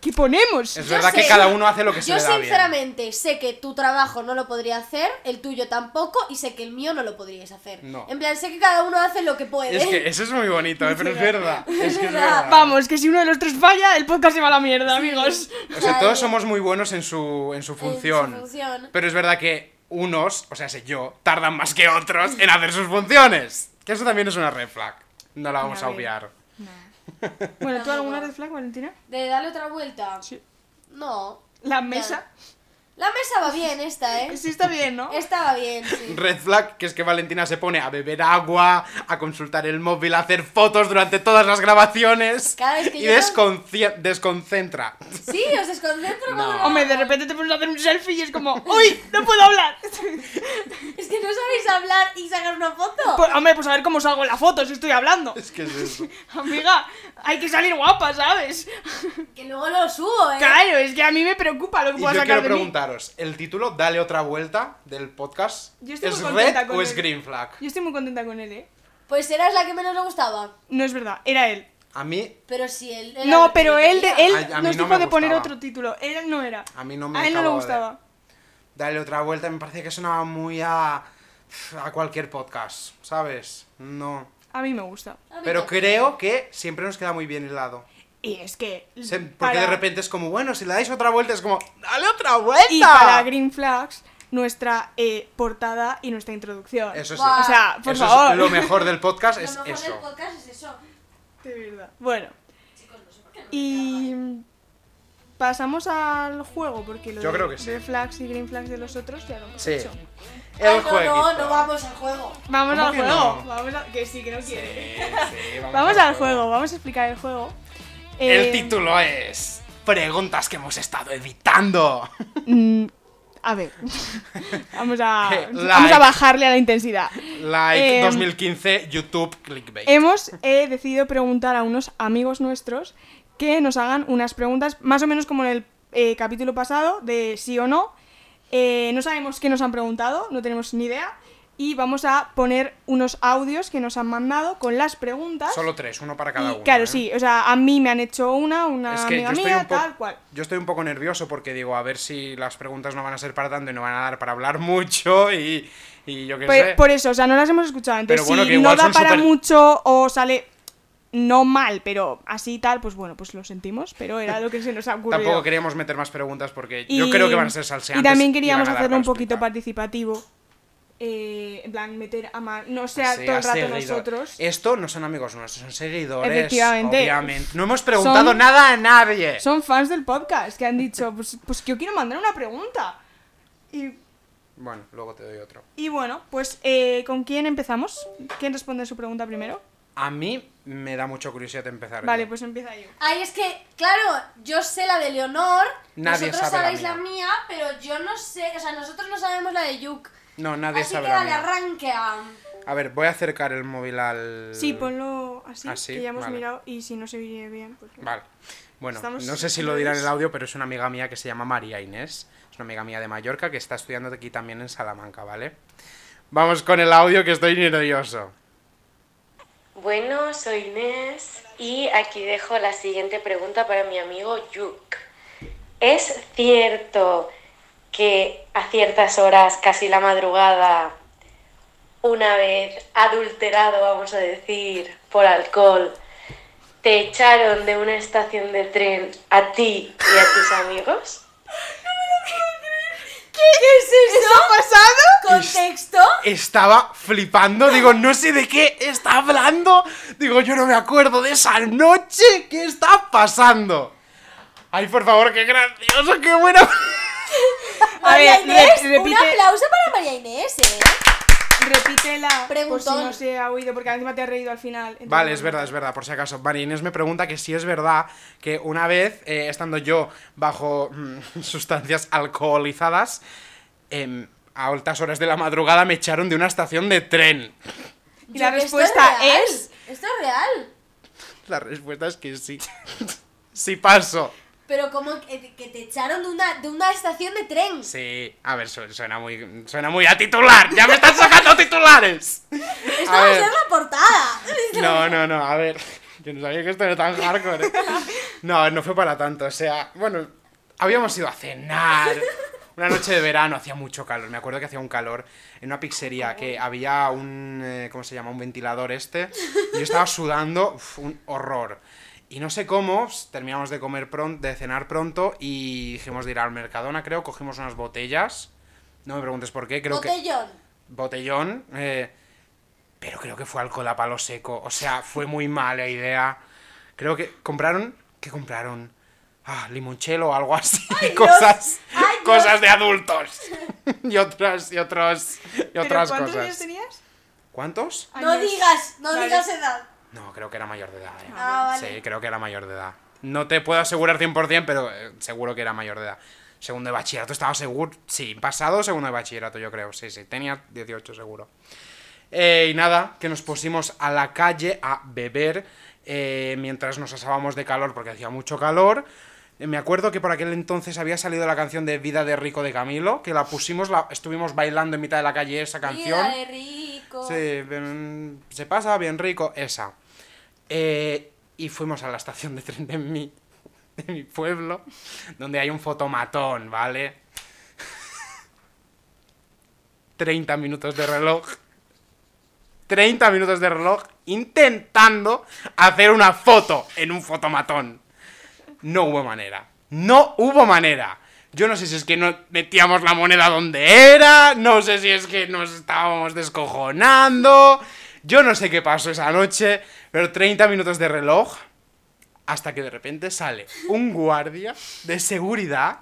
¿Qué ponemos? Es Yo verdad sé. que cada uno hace lo que se Yo le da bien. sinceramente sé que tu trabajo no lo podría hacer, el tuyo tampoco, y sé que el mío no lo podríais hacer. No. En plan, sé que cada uno hace lo que puede. Es que eso es muy bonito, eh, pero es verdad. Es que es verdad. Vamos, que si uno de los tres falla, el podcast se va a la mierda, amigos. O sea, todos Vale. somos muy buenos en su, en su función. función. Pero es verdad que unos, o sea, sé yo, tardan más que otros en hacer sus funciones. Que eso también es una red flag. No la vamos A a ver. obviar. Bueno, ¿tú alguna red flag, Valentina? ¿De darle otra vuelta? Sí. No. La mesa. Ya. La mesa va bien esta, ¿eh? Sí, está bien, ¿no? Estaba bien, sí. Red flag, que es que Valentina se pone a beber agua, a consultar el móvil, a hacer fotos durante todas las grabaciones. Cada vez que y llegan- desconci- desconcentra. Sí, os desconcentro No. cuando- Hombre, de repente te pones a hacer un selfie y es como, ¡Uy! ¡No puedo hablar! Pues, Es que no sabéis hablar y sacar una foto. Pues, hombre, pues a ver cómo salgo en la foto si estoy hablando. Es que es eso. Amiga, hay que salir guapa, ¿sabes? Que luego lo subo, ¿eh? Claro, es que a mí me preocupa lo que Y pueda yo sacar quiero de mí. preguntaros, ¿el título Dale otra vuelta del podcast Yo estoy es muy contenta red con o es él. green flag? Yo estoy muy contenta con él, ¿eh? Pues eras la que menos le gustaba. No es verdad, era él. A mí, Pero si él. era la No, que pero yo él, de, quería. él A- a mí nos no dijo me de poner gustaba. otro título. Él no era. A mí no me A él no le acababa de- gustaba. Dale otra vuelta me parece que sonaba muy a a cualquier podcast, ¿sabes? No. A mí me gusta. A mí Pero no. creo que siempre nos queda muy bien helado. Y es que. Se- Porque para- de repente es como, bueno, si le dais otra vuelta, es como, ¡dale otra Y vuelta! para Green Flags, nuestra eh, portada y nuestra introducción. Eso sí. Buah. O sea, por Eso es favor. lo mejor del podcast Lo es mejor del eso. podcast es eso. De verdad. Bueno. Y pasamos al juego, porque lo Yo de creo que sí. Red Flags y Green Flags de los otros ya lo hemos Sí. hecho. El Ay, Ah, no, jueguito. no, no vamos al juego. Vamos ¿Cómo al que juego. no? Vamos a... Que sí, que no quiere. Sí, sí, Vamos al juego, vamos a explicar el juego. El Eh, título es Preguntas que hemos estado evitando. mm, a ver. vamos, a, Eh, vamos like. a bajarle a la intensidad. Like Em, 2015 YouTube clickbait. Hemos eh, decidido preguntar a unos amigos nuestros que nos hagan unas preguntas, más o menos como en el eh, capítulo pasado, de sí o no. Eh, no sabemos qué nos han preguntado, no tenemos ni idea. Y vamos a poner unos audios que nos han mandado con las preguntas. Solo tres, uno para Y, cada uno. claro, ¿eh? sí, o sea, a mí me han hecho una, una Es que yo amiga estoy, mía, un po- tal cual. yo estoy un poco nervioso porque digo, a ver si las preguntas no van a ser para tanto y no van a dar para hablar mucho y, y yo qué Pues, sé. por eso, o sea, no las hemos escuchado. Entonces, Pero bueno, que si no igual da son para súper- mucho o sale no mal, pero así y tal, pues bueno, pues lo sentimos, pero era lo que se nos ha ocurrido. Tampoco queríamos meter más preguntas porque Y- yo creo que van a ser salseantes. Y también van queríamos a dar hacerlo un para poquito explicar. participativo. eh, en plan, meter a más. No sea Sí, todo el has rato seguido. nosotros. Esto no son amigos nuestros, son seguidores. Efectivamente. Obviamente. No hemos preguntado Son- nada a nadie. Son fans del podcast que han dicho: Pues, pues que yo quiero mandar una pregunta. Y, Bueno, luego te doy otro. y bueno, pues eh, ¿con quién empezamos? ¿Quién responde su pregunta primero? A mí me da mucha curiosidad empezar. ¿eh? Vale, yo. pues empieza yo. Ay, es que, claro, yo sé la de Leonor, Nadie vosotros sabe la sabéis mía. la mía. pero yo no sé, o sea, nosotros no sabemos la de Yuk. No, nadie Así sabe que la dale, mía. arranca. A ver, voy a acercar el móvil al. Sí, ponlo así, Así, que ya hemos vale. mirado. Y si no se oye bien, pues. Vale. Bueno, Estamos no sé si lo dirá en el seguros. audio, pero es una amiga mía que se llama María Inés. Es una amiga mía de Mallorca que está estudiando aquí también en Salamanca, ¿vale? Vamos con el audio que estoy nervioso. Bueno, soy Inés y aquí dejo la siguiente pregunta para mi amigo Yuk. ¿Es cierto que a ciertas horas, casi la madrugada, una vez adulterado, vamos a decir, por alcohol, te echaron de una estación de tren a ti y a tus amigos? ¿Eso ha pasado? ¿Contexto? Estaba flipando, digo, no sé de qué está hablando. Digo, yo no me acuerdo de esa noche, ¿qué está pasando? Ay, por favor, qué gracioso, qué bueno. María ver, Inés, re- un repite- aplauso para María Inés, ¿eh? Repítela. Por si Preguntón. no se ha oído, porque encima te has reído al final. entonces- Vale, es verdad, es verdad, por si acaso. María Inés me pregunta que si es verdad que una vez, eh, estando yo bajo mm, sustancias alcoholizadas, em, a altas horas de la madrugada me echaron de una estación de tren. Y la Yuk, ¿esto respuesta real? es- Esto es real. La respuesta es que sí. sí paso. Pero como que, que te echaron de una, de una estación de tren. Sí, a ver, su- suena muy, suena muy a titular. Ya me están sacando titulares. Esto A va a ver. ser la portada. No, no, no, a ver. Yo no sabía que esto era tan hardcore. ¿eh? No, no fue para tanto. O sea, bueno, habíamos ido a cenar. Una noche de verano, hacía mucho calor. Me acuerdo que hacía un calor en una pizzería que había un. eh, ¿Cómo se llama? Un ventilador este. Y yo estaba sudando, uf, un horror. Y no sé cómo, s- terminamos de comer pronto, de cenar pronto y dijimos de ir al Mercadona, creo. Cogimos unas botellas. No me preguntes por qué, creo que Botellón. botellón, eh, pero creo que fue alcohol a palo seco. O sea, fue muy mala idea. Creo que compraron, ¿qué compraron? Ah, limonchelo o algo así, Ay, Dios. cosas, Ay, Dios. cosas de adultos. y otras, y otros, y ¿Pero otras cuántos años cosas. tenías? ¿Cuántos? No Años. digas, no Vale. digas edad. No, creo que era mayor de edad. eh. Ah, vale. Sí, creo que era mayor de edad. No te puedo asegurar 100%, pero eh, seguro que era mayor de edad. Segundo de bachillerato, estaba seguro. Sí, pasado segundo de bachillerato, yo creo. Sí, sí, tenía 18 seguro. Eh, y nada, que nos pusimos a la calle a beber eh, mientras nos asábamos de calor porque hacía mucho calor. Eh, Me acuerdo que por aquel entonces había salido la canción de Vida de Rico de Camilo, que la pusimos, la, estuvimos bailando en mitad de la calle esa canción. Vida de rico. Sí, bien- se pasa bien rico esa. Eh, y fuimos a la estación de tren de mi, de mi pueblo, donde hay un fotomatón, ¿vale? 30 minutos de reloj. 30 minutos de reloj intentando hacer una foto en un fotomatón. No hubo manera. No hubo manera. Yo no sé si es que no metíamos la moneda donde era, no sé si es que nos estábamos descojonando, yo no sé qué pasó esa noche, pero 30 minutos de reloj hasta que de repente sale un guardia de seguridad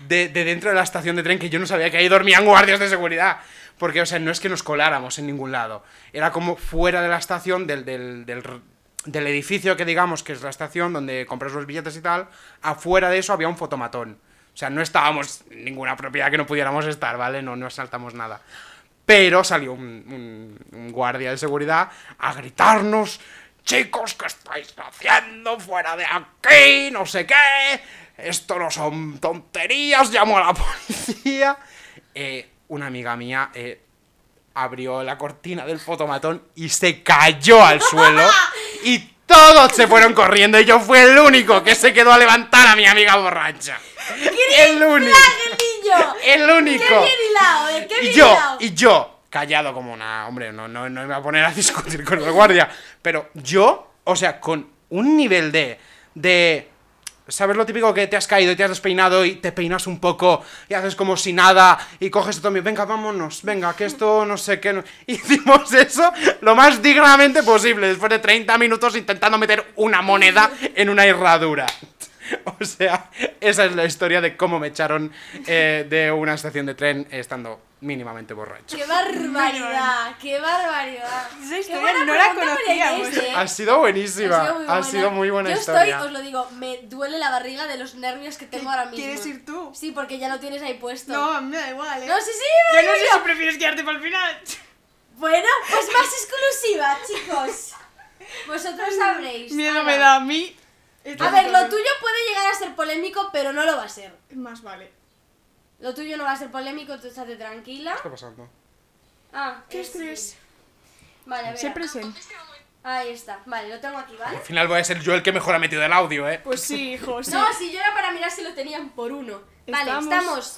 de, de dentro de la estación de tren que yo no sabía que ahí dormían guardias de seguridad. Porque, o sea, no es que nos coláramos en ningún lado. Era como fuera de la estación, del, del, del r- del edificio que digamos que es la estación donde compras los billetes y tal. Afuera de eso había un fotomatón. O sea, no estábamos en ninguna propiedad que no pudiéramos estar, ¿vale? No, no asaltamos nada. Pero salió un, un- un guardia de seguridad a gritarnos, chicos, ¿qué estáis haciendo fuera de aquí? No sé qué. Esto no son tonterías, llamó a la policía. Eh, una amiga mía eh, abrió la cortina del fotomatón y se cayó al suelo. Y todos se fueron corriendo y yo fui el único que se quedó a levantar a mi amiga borracha. El único. ¡Qué niño! El único. ¡Qué bien hilado, eh! ¡Qué Y bien yo, hilado! y yo, callado como una. Hombre, no, no, no me iba a poner a discutir con el guardia. Pero yo, o sea, con un nivel de. de. ¿Sabes lo típico que te has caído y te has despeinado y te peinas un poco y haces como si nada y coges todo mi, venga, vámonos, venga, que esto no sé qué. no-". Hicimos eso lo más dignamente posible, después de 30 minutos intentando meter una moneda en una herradura. O sea, esa es la historia de cómo me echaron eh, de una estación de tren estando mínimamente borracho. ¡Qué barbaridad! ¡Qué barbaridad! Esa Qué historia buena no la pregunta, María conocíamos. Inés, eh. Ha sido buenísima, ha sido muy buena Yo historia. estoy, os lo digo, me duele la barriga de los nervios que tengo ahora mismo. ¿Quieres ir tú? Sí, porque ya lo tienes ahí puesto. No, a mí me da igual, ¿eh? No, sí, sí, Yo me no sé digo. si prefieres quedarte para el final. Bueno, pues más exclusiva, chicos. Vosotros sabréis. Miedo Ala. me da a mí. Esta A ver, lo situación. tuyo puede llegar a ser polémico, pero no lo va a ser. Más vale. Lo tuyo no va a ser polémico, tú estate tranquila. está pasando? Ah, ¿Qué es- estrés? Vale, a ver. ah, Se presenta. Ahí está. Vale, lo tengo aquí, ¿vale? Al final voy a ser yo el que mejor ha metido el audio, ¿eh? Pues sí, hijo, sí. No, si yo era para mirar si lo tenían por uno. Vale, Estamos- estamos.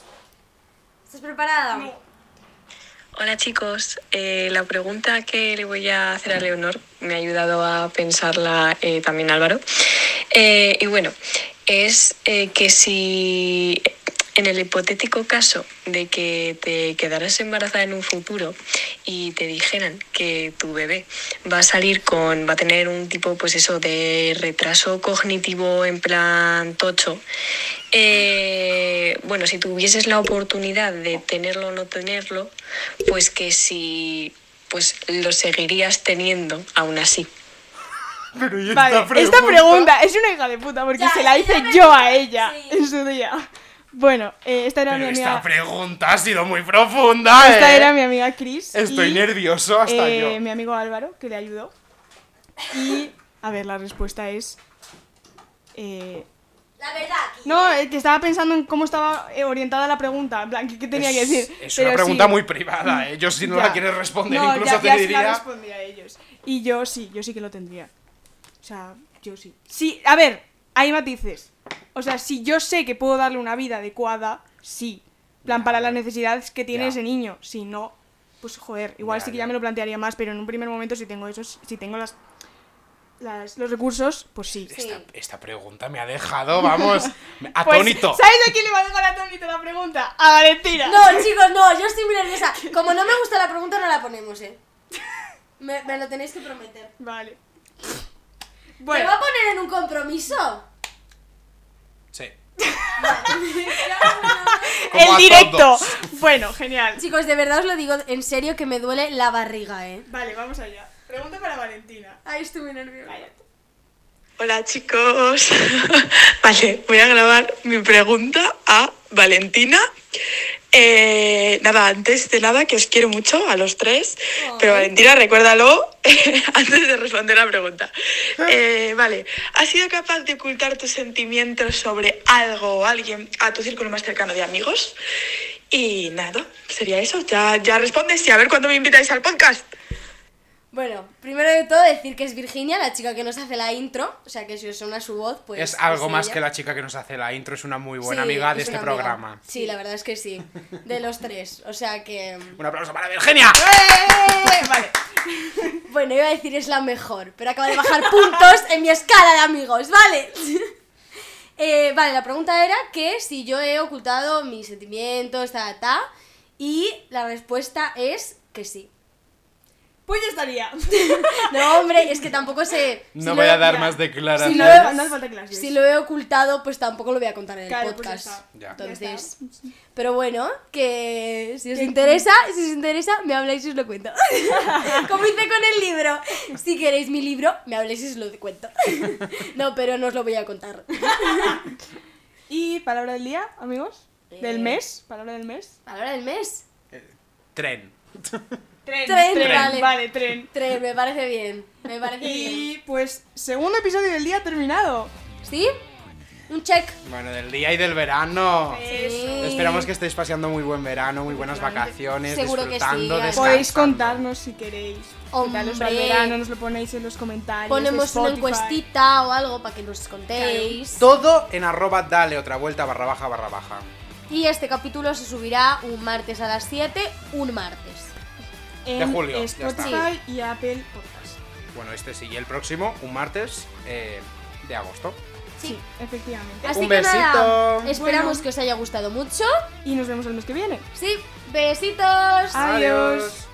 ¿Estás preparada? Hola chicos, Eh, la pregunta que le voy a hacer a Leonor me ha ayudado a pensarla eh, también Álvaro. Eh, y bueno, es eh, que si en el hipotético caso de que te quedaras embarazada en un futuro y te dijeran que tu bebé va a salir con, va a tener un tipo pues eso de retraso cognitivo en plan tocho, eh, bueno, si tuvieses la oportunidad de tenerlo o no tenerlo, pues que si pues lo seguirías teniendo aún así. Pero ¿y Vale, esta pregunta es una hija de puta porque Ya, se la ella hice me yo dijo- a ella sí. en su día. Bueno, eh, esta era Pero mi esta amiga. pregunta ha sido muy profunda, ¿eh? Esta era mi amiga Chris. Estoy y, nervioso hasta eh, yo. Mi amigo Álvaro, que le ayudó. Y, a ver, la respuesta es. eh, La verdad. no, eh, que estaba pensando en cómo estaba eh, orientada la pregunta. En plan, ¿qué, qué tenía que Es- decir? Es Pero una pregunta sí. Mm, muy privada, ¿eh? Yo si no Ya. la quieres responder, No, incluso ya- te ya se la diría... respondí a ellos. Y yo sí, yo sí que lo tendría. O sea, yo sí. Sí, a ver, hay matices. O sea, si yo sé que puedo darle una vida adecuada, sí. En plan, para las necesidades que tiene Ya. ese niño. Si no, pues joder, igual Ya, sí que ya. ya me lo plantearía más, pero en un primer momento si tengo esos, si tengo las, las los recursos, pues sí. Sí. Esta, esta pregunta me ha dejado, vamos, me- Pues, atónito. ¿Sabes a quién le va a dejar atónito la pregunta? A Valentina. No, chicos, no, yo estoy muy nerviosa. Como no me gusta la pregunta, no la ponemos, eh. Me, me lo tenéis que prometer. Vale. ¿Me Bueno, va a poner en un compromiso? Sí. Como el a directo. todos. Bueno, genial. Chicos, de verdad os lo digo en serio que me duele la barriga, ¿eh? Vale, vamos allá. Pregunta para Valentina. Ay, estoy muy nerviosa. Hola chicos. vale, voy a grabar mi pregunta a Valentina. Eh, nada, antes de nada que os quiero mucho a los tres, pero Valentina, recuérdalo antes de responder la pregunta. Eh, vale, ¿has sido capaz de ocultar tus sentimientos sobre algo o alguien a tu círculo más cercano de amigos? Y nada, sería eso. Ya, ya respondes y a ver cuándo me invitáis al podcast. Bueno, primero de todo decir que es Virginia, la chica que nos hace la intro, o sea que si os suena su voz, pues... es algo es más ella. que la chica que nos hace la intro, es una muy buena Sí, amiga de es este una amiga. programa. Sí, la verdad es que sí, de los tres, o sea que... Un aplauso para Virginia. Eh, Vale. Bueno, iba a decir es la mejor, pero acaba de bajar puntos en mi escala de amigos, ¿vale? Eh, vale, la pregunta era que si yo he ocultado mis sentimientos, ta, ta, y la respuesta es que sí. Pues ya estaría. No, hombre, es que tampoco sé... si No lo voy he- a dar mira, más Si declaraciones. no, no hace falta clases. Si lo he ocultado, pues tampoco lo voy a contar en el Claro, pues ya podcast. está. Ya. Ya Entonces, está. pero bueno, que si os interesa, si os interesa, me habláis y os lo cuento. Como hice con el libro. Si queréis mi libro, me habláis y os lo cuento. No, pero no os lo voy a contar. Y palabra del día, amigos. Del Eh. mes. Palabra del mes. Palabra del mes. Tren. Tren. Tren, tren. vale. Vale, tren. Tres, me parece bien. Me parece bien. Y pues, segundo episodio del día terminado. ¿Sí? Un check. Bueno, del día y del verano. Sí. Esperamos que estéis paseando muy buen verano, muy buenas vacaciones, Seguro que sí, disfrutando, además. descansando. Podéis contarnos si queréis. ¿Qué tal os va el Hombre. verano? Nos lo ponéis en los comentarios. Ponemos de una Spotify. encuestita o algo para que nos contéis. Todo en arroba dale otra vuelta barra baja barra baja. Y este capítulo se subirá un martes a las 7, un martes. En De julio, ya está. Spotify y Apple Podcast. Bueno, este sí. Y el próximo, un martes eh, de agosto. Sí. Efectivamente. Así Un que nada, besito. esperamos Bueno. que os haya gustado mucho. Y nos vemos el mes que viene. Sí, besitos. Adiós.